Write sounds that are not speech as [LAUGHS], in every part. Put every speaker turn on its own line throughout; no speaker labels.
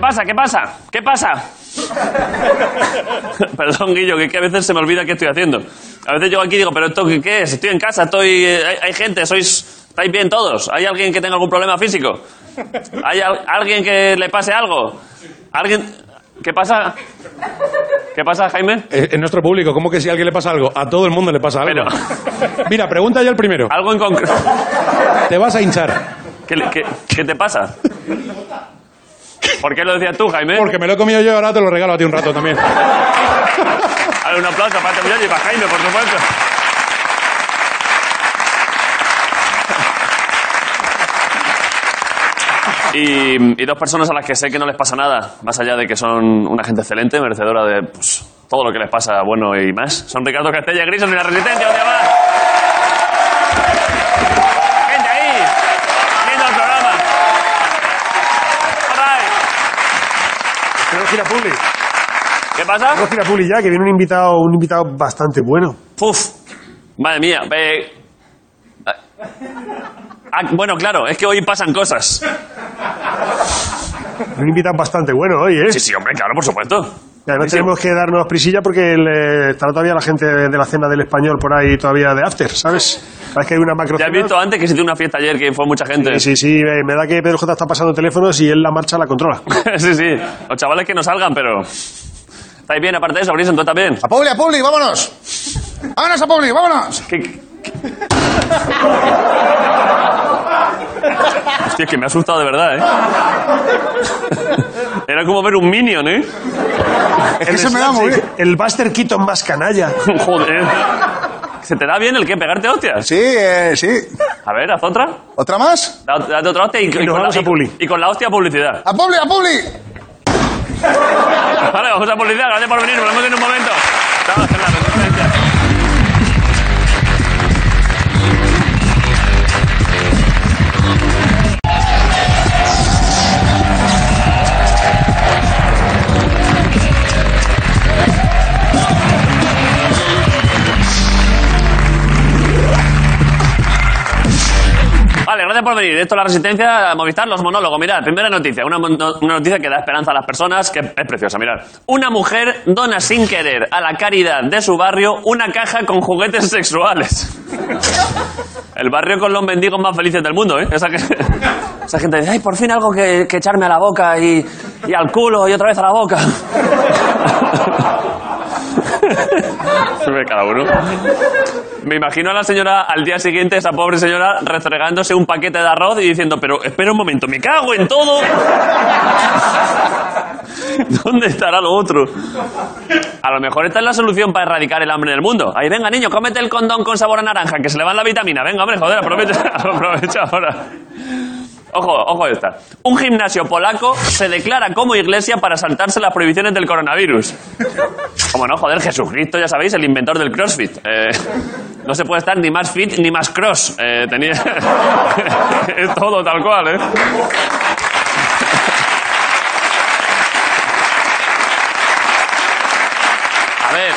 pasa? ¿Qué pasa? ¿Qué pasa? [LAUGHS] Perdón, Guillo, que, que a veces se me olvida qué estoy haciendo. A veces llego aquí y digo, ¿pero esto qué, qué es? Estoy en casa, estoy, eh, hay, hay gente, sois, estáis bien todos. ¿Hay alguien que tenga algún problema físico? ¿Hay al- alguien que le pase algo? ¿Alguien? ¿Qué pasa? ¿Qué pasa, Jaime?
Eh, En nuestro público, ¿cómo que si a alguien le pasa algo? A todo el mundo le pasa algo. Mira, pregunta yo el primero.
¿Algo en concreto?
Te vas a hinchar.
[LAUGHS] ¿Qué, le- qué- qué te pasa? ¿Por qué lo decías tú, Jaime?
Porque me lo he comido yo, ahora te lo regalo a ti un rato también.
Dale un aplauso para Temiol y para Jaime, por supuesto. Y, y dos personas a las que sé que no les pasa nada, más allá de que son una gente excelente, merecedora de pues, todo lo que les pasa bueno y más, son Ricardo Castella Grison de la Resistencia, un día más. Gente ahí, viendo el programa. Alright.
Tenemos que ir a Publi.
¿Qué pasa?
Tenemos que ir a Publi ya, que viene un invitado, un invitado bastante bueno.
Puf. Madre mía. eh, ah, ah, bueno, claro, es que hoy pasan cosas.
Un invitado bastante bueno hoy, ¿eh?
Sí, sí, hombre, claro, por supuesto.
Y además
Sí, sí.
tenemos que darnos prisilla porque el, eh, estará todavía la gente de la cena del español por ahí todavía de after, ¿sabes? Sabes que hay una macro
Ya has
cena?
visto antes que se hizo una fiesta ayer que fue mucha gente.
Sí, sí, sí, eh, me da que Pedro J está pasando teléfonos y él la marcha
[LAUGHS]
la controla.
sí, sí. Los chavales que no salgan, pero. ¿Estáis bien aparte de eso, Grison? ¿Tú también?
A Publi, a Publi, vámonos. Vámonos a Publi, vámonos.
¿Qué, qué- Hostia, es que me ha asustado de verdad, ¿eh? [LAUGHS] Era como ver un minion, ¿eh? [LAUGHS]
Es que se me va a mover.
El Buster Keaton más canalla.
Joder. ¿Se te da bien el que pegarte hostias?
Sí, eh, sí.
A ver, haz otra.
¿Otra más?
Da- Date otra hostia y, y
nos
con la,
vamos a
y-
Publi.
y con la hostia publicidad.
A Publi, a Publi.
Vale, vamos a publicidad. Gracias por venir. Volvemos en un momento. Estamos en la resistencia. Vale, gracias por venir. Esto es la resistencia Movistar, los monólogos. Mirad, primera noticia. Una, mon- una noticia que da esperanza a las personas, que es preciosa. Mirad. Una mujer dona sin querer a la caridad de su barrio una caja con juguetes sexuales. El barrio con los mendigos más felices del mundo, ¿eh? Esa, que- esa gente dice, ay, por fin algo que, que echarme a la boca y, y al culo y otra vez a la boca. [LAUGHS] Cada uno. Me imagino a la señora al día siguiente, esa pobre señora, restregándose un paquete de arroz y diciendo, pero espera un momento, me cago en todo. [LAUGHS] ¿Dónde estará lo otro? A lo mejor esta es la solución para erradicar el hambre en el mundo. Ahí, venga, niño, cómete el condón con sabor a naranja, que se le va la vitamina. Venga, hombre, joder, aprovecha, [LAUGHS] aprovecha ahora. Ojo, ojo esta. Un gimnasio polaco se declara como iglesia para saltarse las prohibiciones del coronavirus. Como no, joder, Jesucristo, ya sabéis, el inventor del CrossFit. Eh, no se puede estar ni más fit ni más cross. Eh, tenía... [LAUGHS] es todo tal cual, ¿eh? A ver.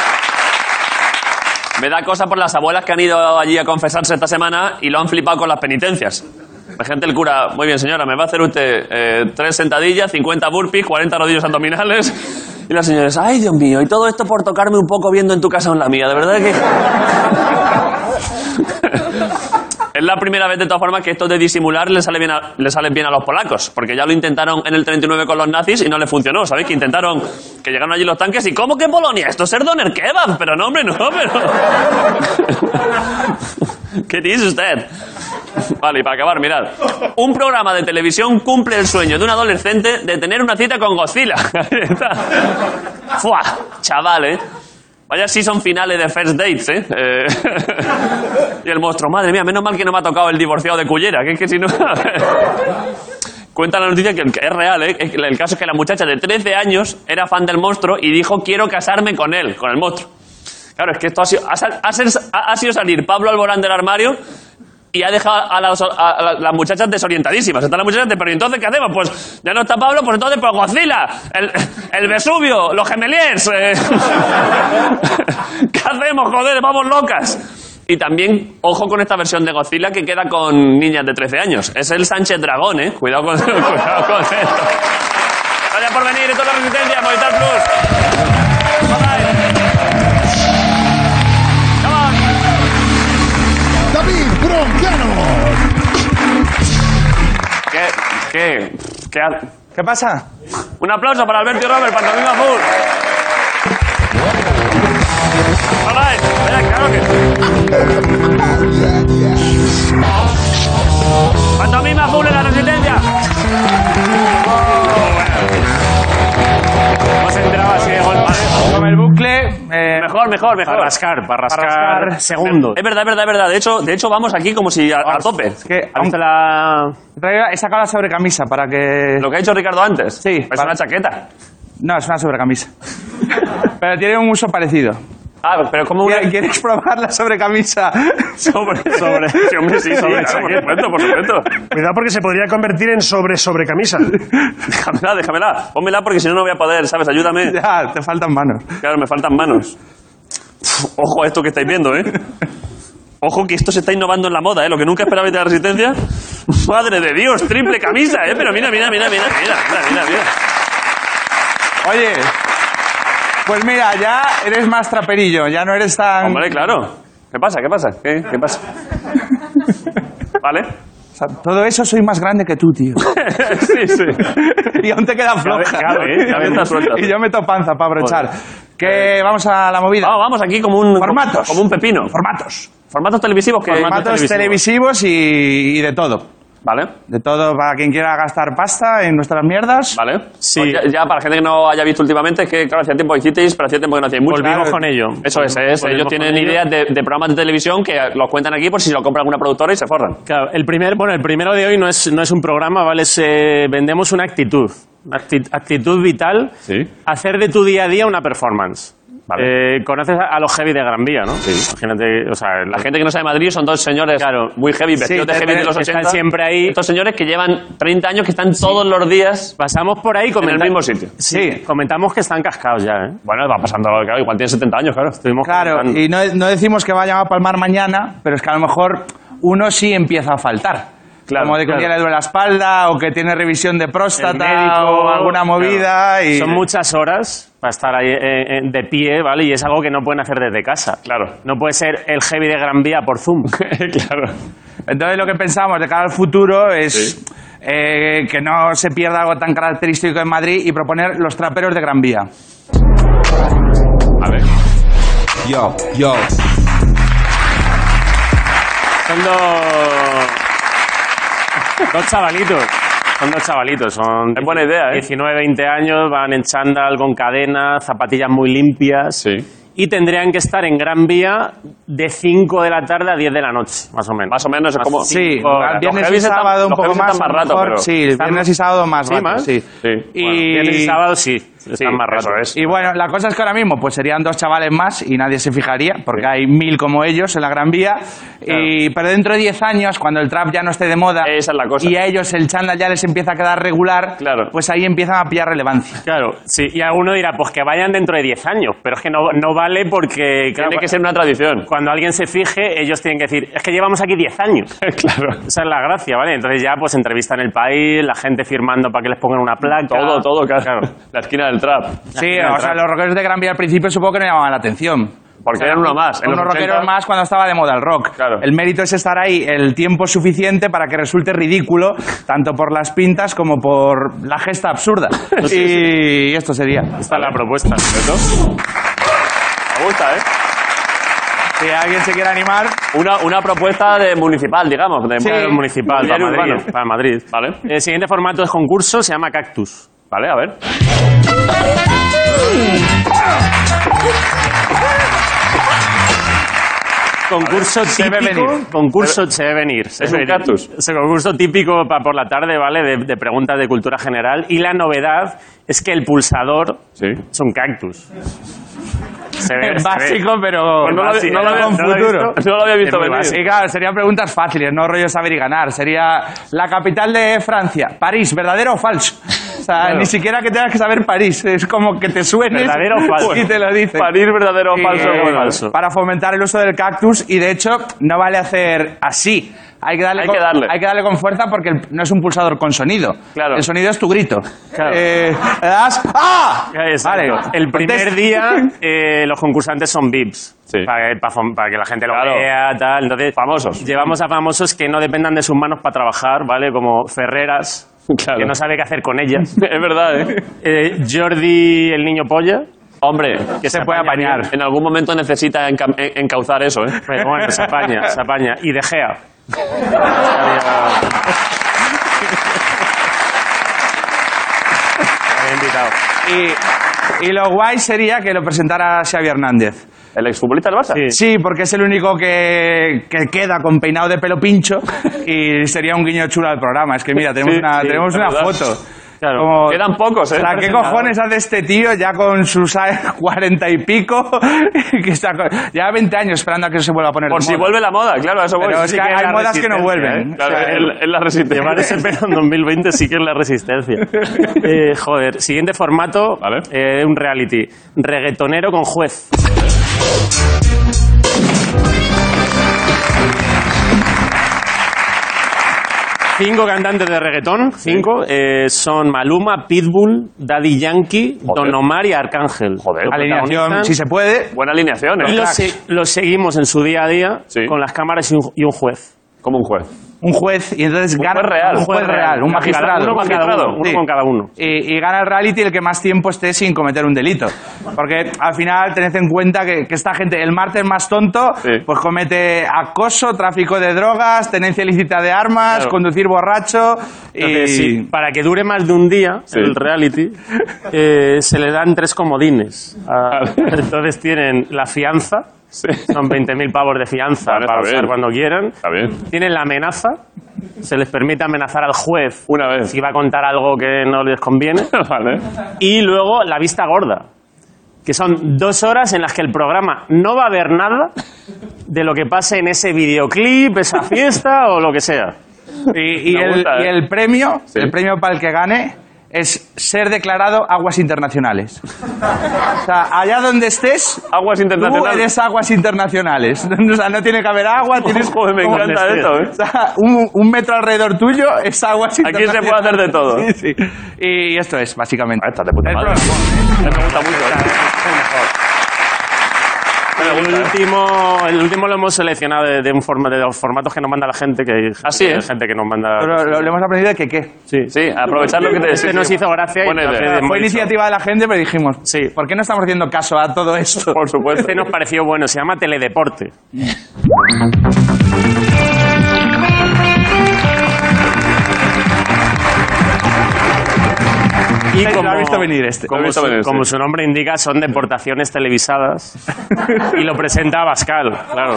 Me da cosa por las abuelas que han ido allí a confesarse esta semana y lo han flipado con las penitencias. La gente, el cura, muy bien señora, me va a hacer usted eh, tres sentadillas, 50 burpees, 40 rodillos abdominales. Y las señoras, ay Dios mío, y todo esto por tocarme un poco viendo en tu casa o en la mía, de verdad que... [LAUGHS] Es la primera vez, de todas formas, que esto de disimular le sale, bien a, le sale bien a los polacos, porque ya lo intentaron en el 39 con los nazis y no le funcionó, ¿sabéis? Que intentaron que llegaron allí los tanques y ¿cómo que Polonia? Esto es ser doner kebab, pero no, hombre, no, pero... [LAUGHS] ¿Qué dice usted? Vale, y para acabar, mirad. Un programa de televisión cumple el sueño de un adolescente de tener una cita con Godzilla. [LAUGHS] Ahí está. Fua, chaval, ¿eh? Vaya season finales de First Dates, ¿eh? Eh, [LAUGHS] y el monstruo, madre mía, menos mal que no me ha tocado el divorciado de Cullera, que es que si no... [LAUGHS] eh, Cuenta la noticia que que es real, ¿eh? Es que El caso es que la muchacha de 13 años era fan del monstruo y dijo, quiero casarme con él, con el monstruo. Claro, es que esto ha sido, ha, sal- ha sal- ha- ha sido salir Pablo Alborán del armario y ha dejado a las, a la- las muchachas desorientadísimas. Están las muchachas de, pero ¿y entonces qué hacemos? Pues ya no está Pablo, pues entonces pues Godzilla, el, el Vesubio, los gemeliers. eh. [LAUGHS] ¿Qué hacemos, joder? Vamos locas. Y también, ojo con esta versión de Godzilla que queda [LAUGHS] con niñas de 13 años. Es el Sánchez Dragón, ¿eh? Cuidado con, cuidado con esto. Gracias por venir. Esto es La Resistencia, Movistar Plus. Bye-bye. Come on.
David Broncano.
¿Qué? ¿Qué? ¿Qué? ha-
¿Qué pasa?
Un aplauso para Alberto y Robert, Pantomima Full. All right. Venga, claro que- Pantomima Full en la resistencia. Oh, bueno. No se enteraba así de golpe.
Con el bucle. eh,
Mejor, mejor, mejor.
Para rascar, para rascar. segundos.
Es verdad, es verdad, es verdad. De hecho, de hecho vamos aquí como si a, a tope.
Es que
¿Has visto la-
Traigo- He sacado la sobrecamisa para que.
lo que ha hecho Ricardo antes?
Sí,
Es
para-
una chaqueta.
No, es una sobrecamisa. Pero tiene un uso parecido.
Ah, pero como una...
¿Quie- ¿Quieres probar la sobrecamisa?
Sobre, sobre. Sí, hombre, sí, sobre. claro, por supuesto, por supuesto.
Cuidado porque se podría convertir en sobre
[LAUGHS]
sobrecamisa.
Déjamela, déjamela. Pónmela porque si no, no voy a poder, ¿sabes? Ayúdame.
ya, te faltan manos.
Claro, me faltan manos. Pf, Ojo a esto que estáis viendo, ¿eh? Ojo que esto se está innovando en la moda, ¿eh? Lo que nunca esperabais de la resistencia. [LAUGHS] Madre de Dios, triple camisa, ¿eh? Pero mira, mira, mira, mira, mira, mira, mira, mira.
Oye. Pues mira, ya eres más traperillo, ya no eres tan.
Hombre, claro. ¿Qué pasa? ¿Qué pasa? ¿Qué, qué
[LAUGHS]
pasa? ¿Vale?
O sea, todo eso soy más grande que tú, tío.
[LAUGHS] sí, sí.
y aún te queda floja.
cabe, ¿eh? Cabe esta suelta.
y yo meto panza para abrochar.
Joder.
Que vamos a la movida.
Vamos, vamos aquí como un,
Formatos.
como un pepino.
Formatos.
Formatos televisivos que
Formatos televisivos y, y de todo.
Vale.
De todo para quien quiera gastar pasta en nuestras mierdas.
¿Vale?
Sí.
Pues Ya, ya, para gente que no haya visto últimamente, es que, claro, hacía tiempo que hicisteis, pero hacía tiempo que no hacíais mucho.
Volvimos
Claro.
con ello.
Eso es, es.
Volvimos
ellos
con
tienen
ello.
ideas de, de programas de televisión que los cuentan aquí por si lo compra alguna productora y se forran.
Claro, el primer, bueno, el primero de hoy no es, no es un programa, ¿vale? Es, eh, vendemos una actitud, una acti- actitud vital, hacer de tu día a día una performance.
Vale.
Eh, conoces a, a los heavy de Gran Vía, ¿no? Sí. Imagínate, o sea,
La gente que no sabe de Madrid son dos señores
Claro.
muy heavy, vestidos de
te-
heavy de los
te- están
80.
siempre ahí.
Estos señores que llevan 30 años que están todos los días.
pasamos por ahí
En el mismo sitio.
Sí, comentamos que están cascados ya, ¿eh?
Bueno, va pasando, claro, igual tienen 70 años, claro.
Estuvimos
Claro,
comentando.
y no, no decimos que vaya a palmar mañana, pero es que a lo mejor uno sí empieza a faltar.
Claro,
Como de que un día
claro.
le duele la espalda o que tiene revisión de
El
próstata
médico,
o alguna
claro.
movida. Y...
Son muchas horas para estar ahí eh, eh, de pie, ¿vale? Y es algo que no pueden hacer desde casa.
Claro.
No puede ser el heavy de Gran Vía por Zoom.
[LAUGHS] claro.
Entonces lo que pensamos de cara al futuro es eh, que no se pierda algo tan característico en Madrid y proponer los traperos de Gran Vía.
A ver.
Yo, yo,
Son dos... dos chavalitos. Son dos chavalitos. Son
Es buena idea, ¿eh?
19, 20 años, van en chándal, con cadena, zapatillas muy limpias.
Sí.
Y tendrían que estar en Gran Vía de 5 de la tarde a 10 de la noche, más o menos.
Más o menos es como.
Sí,
Los
viernes y
heavies están-
sábado un
los
poco
heavies
más.
están
a lo
más rato,
mejor.
pero.
sí, viernes y sábado más
Sí,
rato,
más.
Sí.
Sí.
Y-
Bueno,
Viernes y sábado sí, están más
eso
raros.
es.
Y bueno, la cosa es que ahora mismo pues serían dos chavales más y nadie se fijaría, porque hay mil como ellos en la Gran Vía. Y, pero dentro de 10 años, cuando el trap ya no esté de moda
Esa es la cosa.
y a ellos el chándal ya les empieza a quedar regular,
Claro.
pues ahí empiezan a pillar relevancia.
Claro, sí, y alguno dirá, pues que vayan dentro de 10 años, pero es que no, no vale porque claro,
Tiene que ser una tradición.
cuando alguien se fije, ellos tienen que decir, es que llevamos aquí 10 años.
[LAUGHS] claro.
Esa es la gracia, ¿vale? Entonces ya pues entrevistan el país, la gente firmando para que les pongan una placa.
Todo, todo, claro. La esquina del trap.
Sí, o sea, los rockeros de Gran Vía al principio supongo que no llamaban la atención.
Porque eran uno más. En
unos
los 80,
rockeros más cuando estaba de moda el rock.
Claro.
El mérito es estar ahí el tiempo suficiente para que resulte ridículo, tanto por las pintas como por la
[LAUGHS]
gesta absurda. y esto sería.
Esta es la propuesta.
Me gusta, ¿eh?
Si alguien se
[LAUGHS]
quiere animar,
Una, una propuesta de municipal, digamos. De
Sí.
de
Municipal, para
mobiliario
Madrid,
urbano.
para Madrid.
Vale.
El siguiente formato es concurso, se llama Cactus.
Vale, a ver.
Concurso
ve
típico.
venir.
Concurso se ve venir. se
es
ve
un
venir.
cactus.
Es un concurso típico para por la tarde, ¿vale? De, de preguntas de cultura general. Y la novedad es que el pulsador
Sí.
es un cactus. Se
[LAUGHS]
ve-
es
se ve.
básico, pero
Pues no lo había-
básico,
no lo había-
con
no lo había
futuro.
visto- no lo había visto
Es muy
venir.
básico. Y claro, serían preguntas fáciles, no rollo saber y ganar. Sería la capital de Francia, París, ¿verdadero o falso? O sea, ni siquiera que tengas que saber París, es como que te suene
¿Verdadero o falso?
[LAUGHS] y Pues te lo dice.
París, verdadero o falso.
eh,
bueno.
falso.
Para fomentar el uso del cactus y de hecho no vale hacer así. Hay que darle,
Hay
con,
que darle.
hay que darle con fuerza porque el- no es un pulsador con sonido.
Claro.
El sonido es tu grito.
Claro.
Eh, le das- ¡Ah!
Exacto.
Vale.
El primer
Contesta.
día eh, los concursantes son VIPs.
Sí.
Para, que- pa fom- para que la gente lo
Claro.
vea, tal. Entonces, famosos. Llevamos a famosos que no dependan de sus manos para trabajar, ¿vale? Como Ferreras,
Claro.
que no sabe qué hacer con ellas.
[LAUGHS] Es verdad, ¿eh?
Eh, Jordi, el niño polla.
Hombre, que
se puede apañar.
En algún momento necesita enca- en- encauzar eso, ¿eh?
Pero bueno, se apaña, se apaña. Y De
[LAUGHS]
Gea.
Y, y lo guay sería que lo presentara Xavi Hernández.
¿El exfutbolista del Barça?
Sí, porque es el único que, que queda con peinado de pelo
[LAUGHS]
pincho y sería un guiño chulo al programa. Es que mira, tenemos
Sí,
una,
sí,
tenemos
la
una
verdad.
foto.
Claro.
Como-
Quedan pocos, ¿eh?
O sea, ¿qué cojones hace este tío ya con sus [LAUGHS] cuarenta y pico? [LAUGHS] que está con- lleva 20 años esperando a que se vuelva a poner
Por
de
si
moda.
vuelve la moda, claro, a eso voy.
Pero es
Sí
que
que
hay
la
modas que no
resistencia,
vuelven.
¿eh? Claro,
O sea,
es la- es la resistencia.
Llevar ese pelo en 2020 sí que es
[LAUGHS]
la resistencia. Eh, joder, siguiente formato,
Vale.
eh, un reality. Reggaetonero con juez. Cinco cantantes de reggaetón, cinco, eh, son Maluma, Pitbull, Daddy Yankee,
Joder.
Don Omar y Arcángel.
Joder.
Lo
Alineación,
protagonizan.
si se puede.
Buena alineación, ¿eh?
Y lo, se- lo seguimos en su día a día
Sí.
con las cámaras y un, y un juez.
Como un juez.
Un juez y entonces gana.
juez real,
Un juez
juez
real,
real.
un
Cada
magistrado.
uno
Un
magistrado,
uno con cada uno.
Y, y gana el reality el que más tiempo esté sin cometer un delito. Porque al final tened en cuenta que, que esta gente, el martes más tonto,
Sí.
pues comete acoso, tráfico de drogas, tenencia ilícita de armas,
Claro.
conducir borracho. Y...
Entonces, sí, para que dure más de un día el reality, eh, se le dan tres comodines. Ah, entonces tienen la fianza, son 20.000 pavos de fianza
Vale,
para
está
usar
bien.
cuando quieran.
Está bien.
Tienen la amenaza, se les permite amenazar al juez
Una vez.
si va a contar algo que no les conviene.
[LAUGHS] Vale.
Y luego la vista gorda, que son dos horas en las que el programa no va a ver nada de lo que pase en ese videoclip, esa fiesta o lo que sea.
Y, y
Me
el,
gusta,
y
¿eh?
el premio, el premio para el que gane es ser declarado aguas internacionales. O sea, allá donde estés,
Aguas
tú
internacionales.
eres aguas internacionales. [LAUGHS] O sea, no tiene que
[LAUGHS]
haber agua, tienes...
Joder, me
como-
encanta esto, ¿eh?
O sea, un, un metro alrededor tuyo es aguas
Aquí
internacionales.
se puede hacer de todo.
[LAUGHS] Sí, sí. Y esto es, básicamente.
Esta de puta
El
madre.
programa.
Me gusta mucho. [LAUGHS] ¿eh?
El
Me gusta. ¿eh?
último, el último lo hemos seleccionado de, de un forma, de los formatos que nos manda la gente. Que hay gente-
Así, ¿eh?
hay gente que nos manda.
Pero lo, lo hemos aprendido de que qué.
sí.
Sí, aprovechar lo que te
Este
sí,
nos
sí.
hizo gracia y
Buena
nos
idea.
hace
Fue
mucho.
iniciativa de la gente, pero dijimos,
Sí.
¿por qué no estamos haciendo caso a todo
[LAUGHS]
esto?
Por supuesto.
Este nos pareció bueno, se llama Teledeporte. Y
Lo ha visto venir este.
como
Lo ha visto
su,
venir, sí.
como su nombre indica, son deportaciones televisadas. y lo presenta Abascal, claro.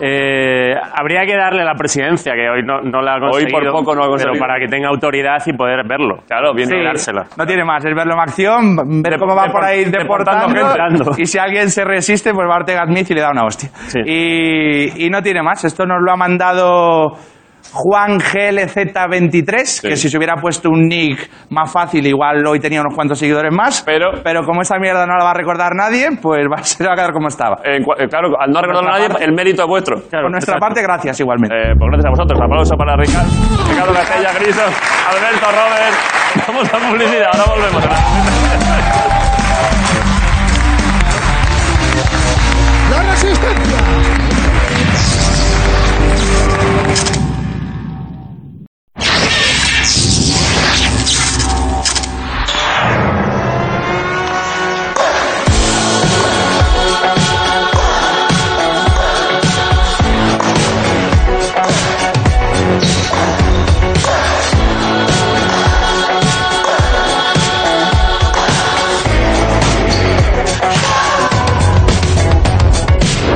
Eh, habría que darle la presidencia, que hoy no, no la ha
Hoy
conseguido.
por poco no ha conseguido.
Pero para que tenga autoridad y poder verlo. Claro, bien
Sí,
dársela.
No tiene más, es verlo en acción, ver
Dep-
cómo va
depor-
por ahí
deportando
deportando,
gente.
y si alguien se resiste, pues va Ortega Smith y le da una hostia.
Sí.
Y, y no tiene más, esto nos lo ha mandado Juan GLZ23, que si se hubiera puesto un nick más fácil, igual hoy tenía unos cuantos seguidores más,
Pero-
como esa mierda no la va a recordar nadie, pues va, se va a quedar como estaba.
En cua- eh, claro, al no recordarlo a nadie, el mérito es vuestro.
Por nuestra parte, gracias igualmente.
Eh, pues gracias a vosotros. Aplauso para Ricardo, Ricardo Castella, Griso, Alberto, Robert. Vamos a publicidad, ahora volvemos.
¡La resistencia!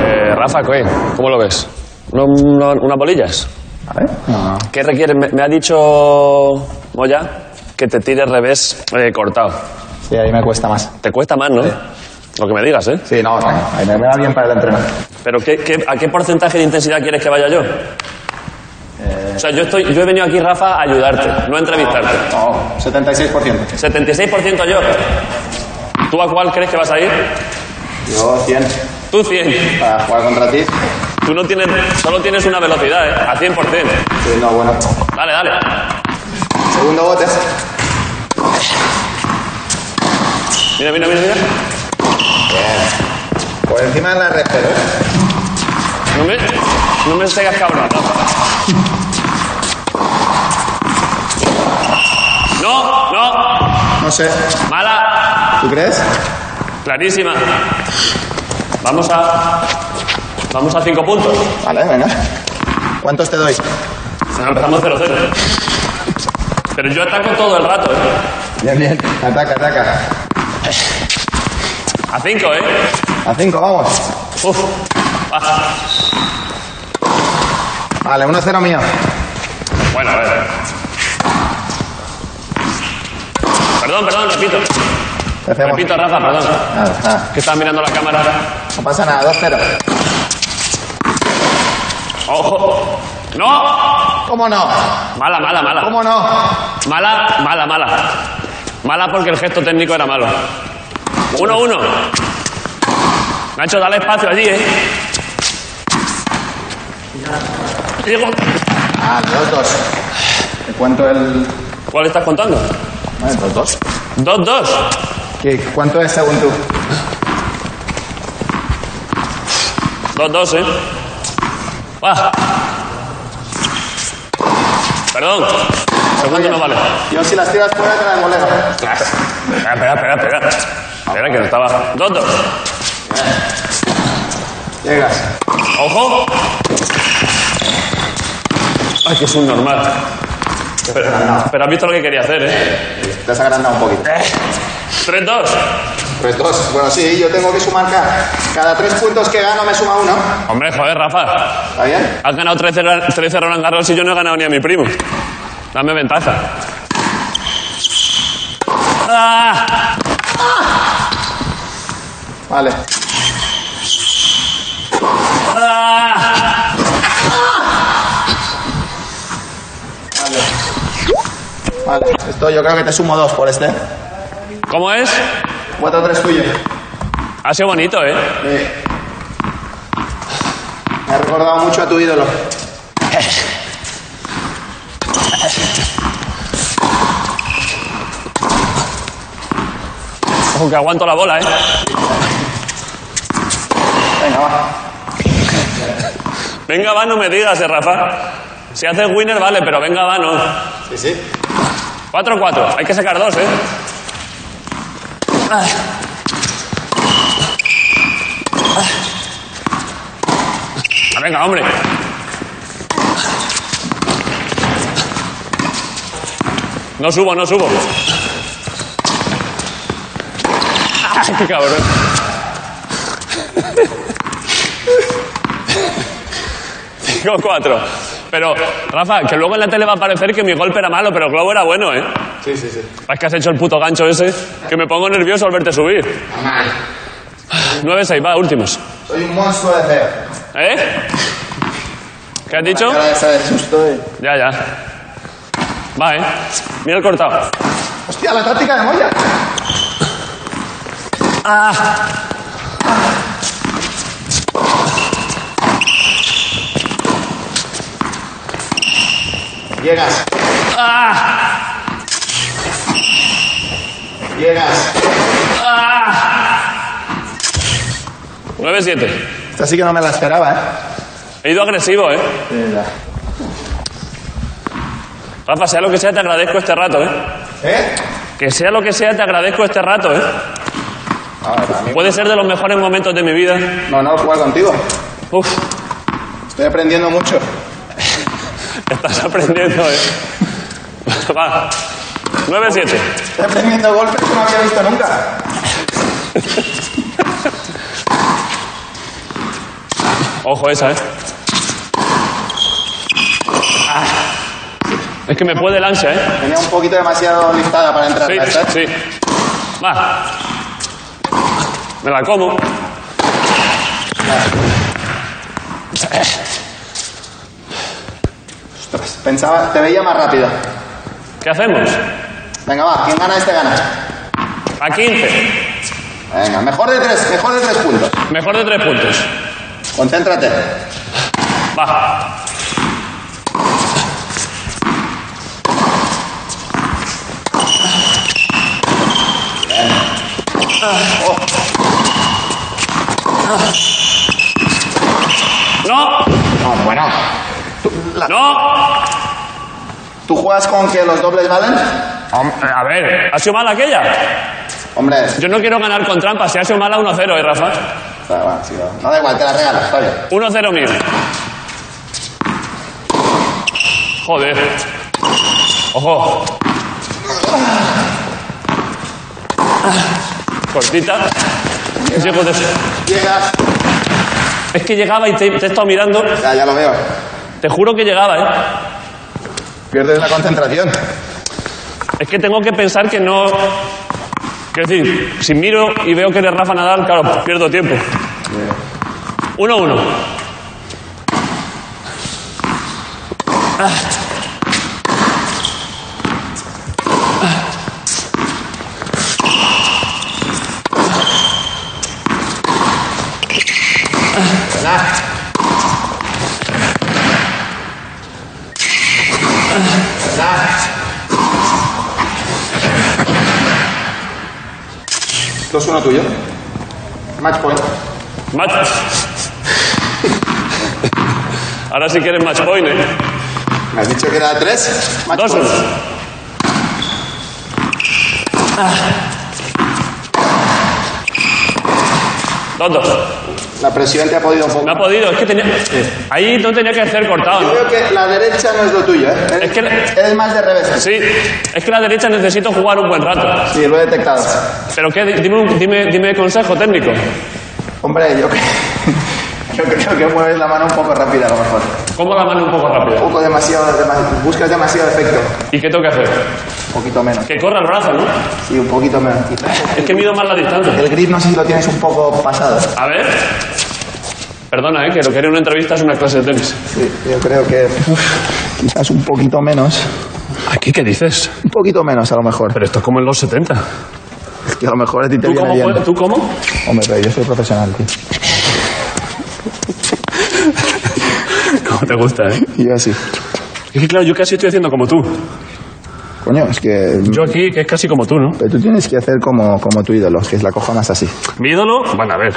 Eh, Rafa, ¿qué? ¿cómo lo ves? ¿Uno- uno- ¿Unas bolillas? ¿Qué requiere? Me, me ha dicho Moya que te tire revés eh, cortado.
Sí, ahí me cuesta más.
Te cuesta más, ¿no? Lo que me digas, ¿eh?
Sí, no, está bien. Ahí me me va bien para el entrenamiento.
Pero ¿qué, qué- a qué porcentaje de intensidad quieres que vaya yo? O sea, yo, estoy, yo he venido aquí, Rafa, a ayudarte, no a entrevistarte.
No, 76%.
76% yo. ¿Tú a cuál crees que vas a ir?
Yo 100
Tú 100.
para jugar contra ti.
Tú
Tú no tienes, solo tienes una velocidad, ¿eh? A 100%.
Sí, no, bueno.
Dale, dale.
Segundo bote.
Mira, mira, mira, mira.
Por encima de la red, pero, ¿eh?
No me, no me sigas cabrón. No, no.
No sé.
Mala.
¿Tú crees?
Clarísima. Vamos a. Vamos a cinco puntos.
Vale, venga. ¿Cuántos te doy?
No, empezamos 0-0. Pero yo ataco todo el rato, ¿eh?
Bien, bien. Ataca, ataca.
A 5, ¿eh?
A cinco, vamos.
Uf. Ah,
Vale, 1-0 mío.
Bueno, a ver. Perdón, perdón, repito.
¿Qué hacemos?
Repito, Rafa, perdón.
Nada, nada.
Que estaba mirando la cámara.
Ah, No pasa nada, 2-0.
¡Ojo! ¡No!
¿Cómo no?
Mala, mala, mala.
¿Cómo no?
Mala, mala, mala. Mala porque el gesto técnico era malo. 1-1. Uno, uno. Nacho, dale espacio allí, ¿eh? Diego,
Ah, 2-2. ¿Te cuento el...?
¿cuál estás contando?
Vale, 2-2.
2-2. Dos, dos.
¿Qué- ¿Cuánto es según tú?
Dos, Ah. dos, ¿eh? ¡Buah! Perdón. Segundo no vale.
Yo si las tiras fuera te las goleo.
Espera, espera, espera, espera. Espera, que no estaba. Dos, dos.
Llegas.
¡Ojo! Ay, que es un normal. Pero, pero has visto lo que quería hacer, ¿eh?
Te has agrandado un poquito.
3-2.
Pues dos. Bueno, sí, yo tengo que sumar cada, cada tres puntos que gano me suma uno.
Hombre, joder, Rafa.
¿Está bien?
Has ganado 13 Ra- 13 Roland Garros y yo no he ganado ni a mi primo. Dame ventaja. ¡Ah!
Vale.
ah.
Vale. Vale. Esto yo creo que te sumo dos por este.
¿Cómo es?
Cuatro tres tuyo.
Ha sido bonito, ¿eh?
Eh, Me ha recordado mucho a tu ídolo.
Ojo, que aguanto la bola, ¿eh?
Venga, va.
Venga, va, no me digas, eh, Rafa. Si haces winner, vale, pero venga, va, no.
Sí, sí.
4-4. Hay que sacar dos, ¿eh? Ah, venga, hombre. No subo, no subo. Ah, qué cabrón. Cinco, cuatro. Pero, Rafa, que luego en la tele va a parecer que mi golpe era malo, pero el globo era bueno, ¿eh?
Sí, sí, sí.
Es que has hecho el puto gancho ese, que me pongo nervioso al verte subir. 9-6, va, últimos.
Soy un monstruo de feo.
¿Eh? ¿Qué has dicho?
La cara esa de susto y-
Ya, ya. Va, eh. Mira el cortado.
Hostia, la táctica de Moya. Llegas. Llegas.
9-7.
Esta sí que no me la esperaba,
He ido agresivo, eh.
¿eh? Sí, ya.
Rafa, sea lo que sea, te agradezco este rato, eh.
¿Eh?
Que sea lo que sea, te agradezco este rato, eh.
A ver, a mí-
Puede ser de los mejores momentos de mi vida.
No, no, jugar contigo.
Uf,
Estoy aprendiendo mucho.
estás [LAUGHS] aprendiendo, eh. Va. 9-7.
Estoy aprendiendo golpes que no había visto nunca.
Ojo esa, ¿eh? Ah. Es que me puede el ansia, ¿eh?
Tenía un poquito demasiado listada para entrar.
Sí,
¿sabes?
sí. Va. Me la como.
Ostras, Pensaba, te veía más rápido.
¿Qué hacemos?
Venga, va, quien gana este gana.
A 15.
Venga, mejor de tres, mejor de tres puntos.
Mejor de tres puntos.
Concéntrate.
Va. No,
No, bueno.
no.
¿Tú juegas con que los dobles valen?
A ver, ¿ha sido mala aquella?
Hombre,
Yo no quiero ganar con trampas, si ha sido mala 1-0, eh, Rafa.
Ah, bueno, sí, va. no da igual, te la regalo, está bien.
1-0 mío. Joder. Ojo. Cortita. Llego de-
Llegas,
Es que llegaba y te, te he estado mirando.
ya, ya lo veo.
Te juro que llegaba, ¿eh?
Pierdes la concentración.
Es que tengo que pensar que no... Quiero decir, si miro y veo que eres Rafa Nadal, claro, pierdo tiempo. 1-1. Uno, uno.
Dos uno tuyo. Match point.
Match. Ahora sí que eres match point, ¿eh?
Me has dicho que era tres. Match
Dos
point.
uno. Dos, dos.
La presión te ha podido un poco.
No ha podido, es que tenía. Ahí no tenía que hacer cortado,
Yo
¿no?
creo que la derecha no es lo tuyo, ¿eh? Eres,
Es que la-
eres más de revés.
Sí, es que la derecha necesito jugar un buen rato.
Sí, lo he detectado.
Pero qué, dime, un- dime, dime consejo técnico.
Hombre, yo, cre- [LAUGHS] yo creo que mueves la mano un poco rápida a lo mejor.
¿Cómo la mano un poco
Un
rápido?
poco demasiado, dema- buscas demasiado efecto.
¿Y qué tengo que hacer?
Un poquito menos.
Que corra el brazo, ¿no?
Sí, un poquito menos. Quizás
Es que mido más la distancia.
El grip no sé si lo tienes un poco pasado.
A ver. Perdona, ¿eh? que lo que era una entrevista es una clase de tenis.
Sí, yo creo que uf, quizás un poquito menos.
¿Aquí qué dices?
Un poquito menos a lo mejor.
Pero esto es como en los 70.
Es que a lo mejor a ti te
¿Tú
viene
cómo?
bien.
puedes- ¿Tú cómo?
Hombre, pero yo soy profesional, tío.
¿Cómo te gusta, eh?
Y yo así.
Es que claro, yo casi estoy haciendo como tú.
Coño, es que...
Yo aquí, que es casi como tú, ¿no?
Pero tú tienes que hacer como, como tu ídolo, que es la coja más así.
Mi ídolo... Bueno, a ver.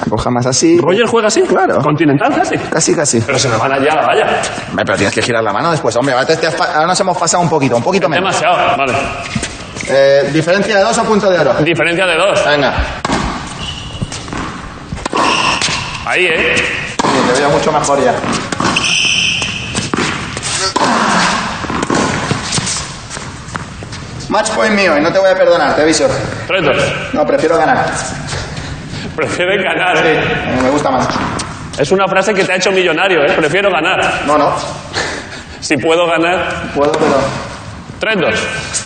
La coja más así.
¿Roger juega así?
Claro.
¿Continental casi?
Casi, casi.
Pero se me van allá la valla.
Hombre, pero tienes que girar la mano después. Hombre, ahora, te- te has pa- ahora nos hemos pasado un poquito, un poquito menos.
Demasiado. Vale.
Eh, ¿Diferencia de dos o punto de oro?
Diferencia de dos.
Venga.
Ahí, ¿eh?
Sí, te veo mucho mejor ya. Match point mío y no te voy a perdonar, te aviso.
Tres, dos.
No, prefiero ganar.
Prefiere ganar, ¿eh?
Eh, Me gusta más.
Es una frase que te ha hecho millonario, ¿eh? Prefiero ganar.
No, no.
Si puedo ganar...
Puedo, pero...
Tres, dos.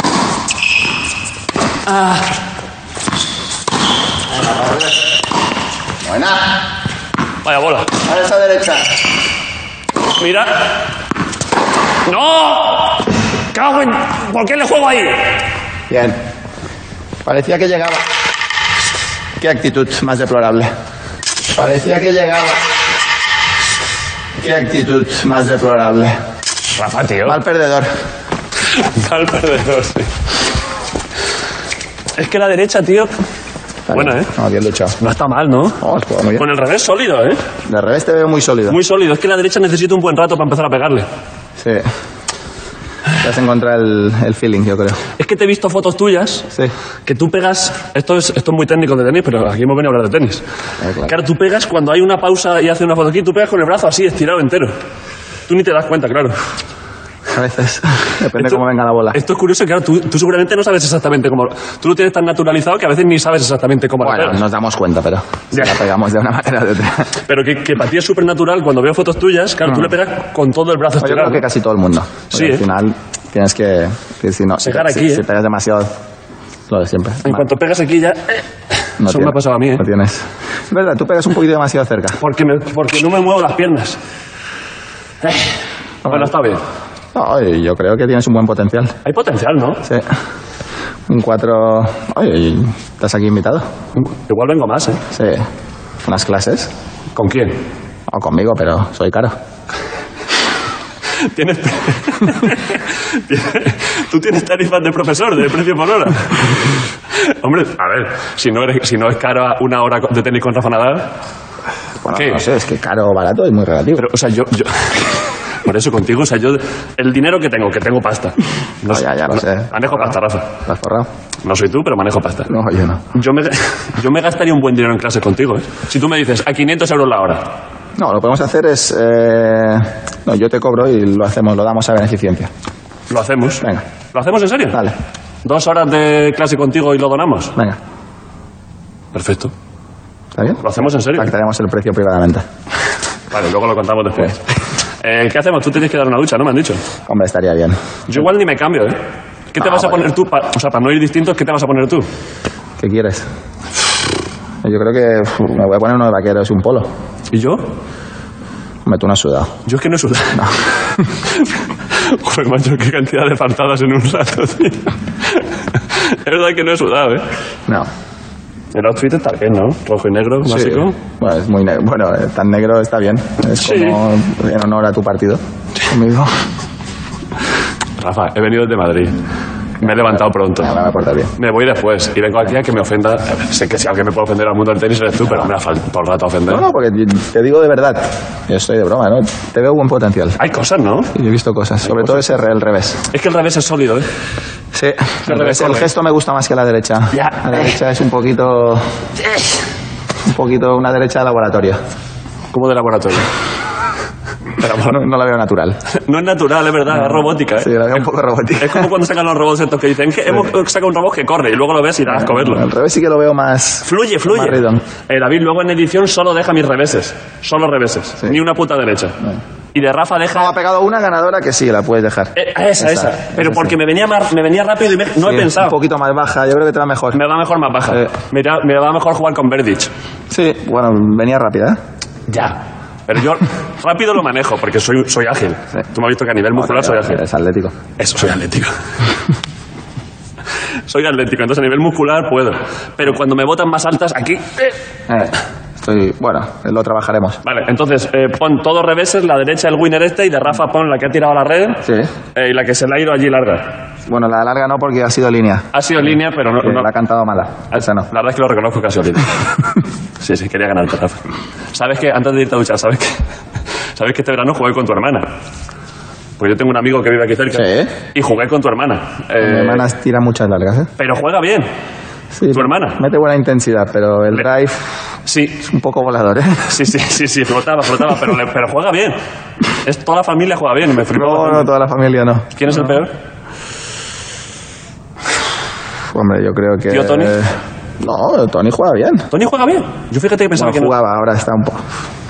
Buena.
Vaya bola.
A esa derecha.
Mira. ¡No! ¡Cago en... ¿Por qué le juego ahí?
Bien. Parecía que llegaba. Qué actitud más deplorable. Parecía que llegaba. Qué actitud más deplorable.
Rafa, tío.
Mal perdedor.
Mal perdedor, sí. Es que la derecha, tío, Buena, ¿eh?
No, bien luchado.
no está mal, ¿no?
No, has jugado muy bien.
Con el revés sólido, ¿eh?
De revés te veo muy sólido.
Muy sólido. Es que la derecha necesita un buen rato para empezar a pegarle.
Sí. Te has encontrado el, el feeling, yo creo.
Es que te he visto fotos tuyas
Sí.
que tú pegas... Esto es, esto es muy técnico de tenis, pero aquí hemos venido a hablar de tenis.
Ah, claro.
Claro, tú pegas cuando hay una pausa y hace una foto aquí, tú pegas con el brazo así, estirado entero. Tú ni te das cuenta, claro.
A veces. Depende
Esto-
cómo venga la bola.
Esto es curioso, claro, tú, tú seguramente no sabes exactamente cómo... Tú lo tienes tan naturalizado que a veces ni sabes exactamente cómo la
Bueno,
pegas.
nos damos cuenta, pero si
Ya.
la pegamos de una manera o de otra.
Pero que, que para ti es súper natural, cuando veo fotos tuyas, claro,
Mm.
tú le pegas con todo el brazo
Pues Yo
estirado.
creo que casi todo el mundo. Porque
Sí, ¿eh?
Al final tienes que. que si no, si,
Pegar
si-
aquí, ¿eh?
si pegas demasiado, lo de siempre.
En
Ma-
cuanto pegas aquí ya... eh,
no
eso me
tienes-
ha pasado a mí, ¿eh?
No tienes. Es verdad, tú pegas un poquito demasiado cerca.
Porque, me- porque no me muevo las piernas. Eh, Bueno, está bien.
No, oye, yo creo que tienes un buen potencial.
Hay potencial, ¿no?
Sí. Un 4. Oye, ¿estás aquí invitado?
Igual vengo más, ¿eh?
Sí. ¿Unas clases?
¿Con quién?
O conmigo, pero soy caro.
Tienes. [LAUGHS] Tú tienes tarifas de profesor, de precio por hora. Hombre, a ver, si no, eres, si no es cara una hora de tenis con Rafa Nadal.
Bueno,
¿Qué?
no sé, es que caro o barato es muy relativo.
Pero, o sea, yo. [LAUGHS] yo- por eso contigo, o sea, yo. El dinero que tengo, que tengo pasta. No
No,
sé-
Ah, ya, ya lo
no-
sé.
Manejo pasta, Rafa.
¿Lo has forrado?
No soy tú, pero manejo pasta.
No, yo no.
Yo me, yo me gastaría un buen dinero en clases contigo. ¿eh? Si tú me dices a 500 euros la hora.
No, lo que podemos hacer es... eh, No, yo te cobro y lo hacemos, lo damos a beneficencia.
Lo hacemos.
Venga.
¿Lo hacemos en serio?
Dale.
Dos horas de clase contigo y lo donamos.
Venga,
Perfecto.
¿está bien?
Lo hacemos en serio.
Pactaremos el precio privadamente.
Vale, luego lo contamos después. Eh, ¿Qué hacemos? Tú tienes que dar una ducha, ¿no me han dicho?
Hombre, estaría bien.
Yo igual ni me cambio, ¿eh? ¿Qué te
Ah,
vas a
vale.
poner tú? pa- o sea, para no ir distintos, ¿qué te vas a poner tú?
¿Qué quieres? Yo creo que uf, me voy a poner unos vaqueros y un polo.
¿Y yo?
Me tú no has sudado.
Yo es que no he sudado. [LAUGHS] Joder, macho, qué cantidad de faltadas en un rato, tío. es verdad que no he sudado, ¿eh?
No.
El outfit está bien, ¿no? Rojo y negro, básico.
Sí. Bueno, es muy ne- bueno, eh, tan negro está bien. Es
Sí.
como en honor a tu partido. Conmigo.
Rafa, he venido desde Madrid. Me he levantado pronto.
Ahora me porta bien.
Me voy después y vengo aquí a que me ofenda. Sé que si alguien me puede ofender al mundo del tenis eres tú, pero me ha faltado el rato a ofender.
No, no, porque te digo de verdad. Yo estoy de broma, ¿no? Te veo buen potencial.
Hay cosas, ¿no?
Y Yo he visto cosas, sobre todo ese re- el revés.
Es que el revés es sólido, ¿eh?
Sí, el,
revés,
revés, el
corre.
gesto me gusta más que la derecha.
Ya.
La derecha es un poquito. Un poquito una derecha de laboratorio.
Como de laboratorio.
Pero bueno, no la veo natural.
No es natural, es verdad, es robótica, ¿eh?
Sí, la veo un poco robótica.
Es como cuando sacan los robots estos que dicen que hemos sacado un robot que corre y luego lo ves y da asco verlo.
[LAUGHS] Al revés sí que lo veo más.
Fluye, fluye.
Más ridón.
Eh, David luego en edición solo deja mis reveses. Solo reveses. Ni una puta derecha. Y de Rafa
No,
deja...
ha pegado una ganadora que sí, la puedes dejar.
Eh, a esa, esa, Pero porque me venía, mar- me venía rápido y me- no he
Sí,
pensado.
Un poquito más baja, yo creo que te va mejor.
Me va mejor más baja.
Eh.
Me, da- me va mejor jugar con Verdich.
Sí, bueno, venía rápida, ¿eh?
Ya. Pero yo rápido lo manejo porque soy, soy ágil.
Sí.
Tú me has visto que a nivel muscular soy ágil.
Es atlético.
Eso, soy atlético. [LAUGHS] soy atlético, entonces a nivel muscular puedo. Pero cuando me botan más altas, aquí. eh.
Eh, estoy. Bueno, lo trabajaremos.
Vale, entonces eh, pon todos reveses, la derecha el winner este y de Rafa pon la que ha tirado a la red
Sí.
eh, y la que se la ha ido allí larga.
Bueno, la larga no porque ha sido línea.
Ha sido línea, pero no.
Eh,
no- Ah,
La ha cantado mala. Esa no.
La verdad es que lo reconozco casi
[LAUGHS]
ahorita. Sí, sí, quería ganarte, Rafa. Sabes que, antes de irte a duchar, sabes que, [LAUGHS] sabes que este verano jugué con tu hermana. Pues yo tengo un amigo que vive aquí cerca.
Sí.
Y jugué con tu hermana.
Mi
Eh,
hermana tira muchas largas, ¿eh?
Pero juega bien.
Sí,
¿Tu hermana?
Mete buena intensidad, pero el
Le-
drive
Sí,
es un poco volador, ¿eh?
sí, sí, sí, sí flotaba, flotaba, pero, le- pero juega bien. Es, toda la familia juega bien. Me flipó.
No, no, toda la familia no.
¿Quién es el peor?
Hombre, yo creo que.
¿Tío Tony?
No, Tony juega bien.
Tony juega bien. Yo fíjate que pensaba que
Bueno,
no.
jugaba, ahora está un poco.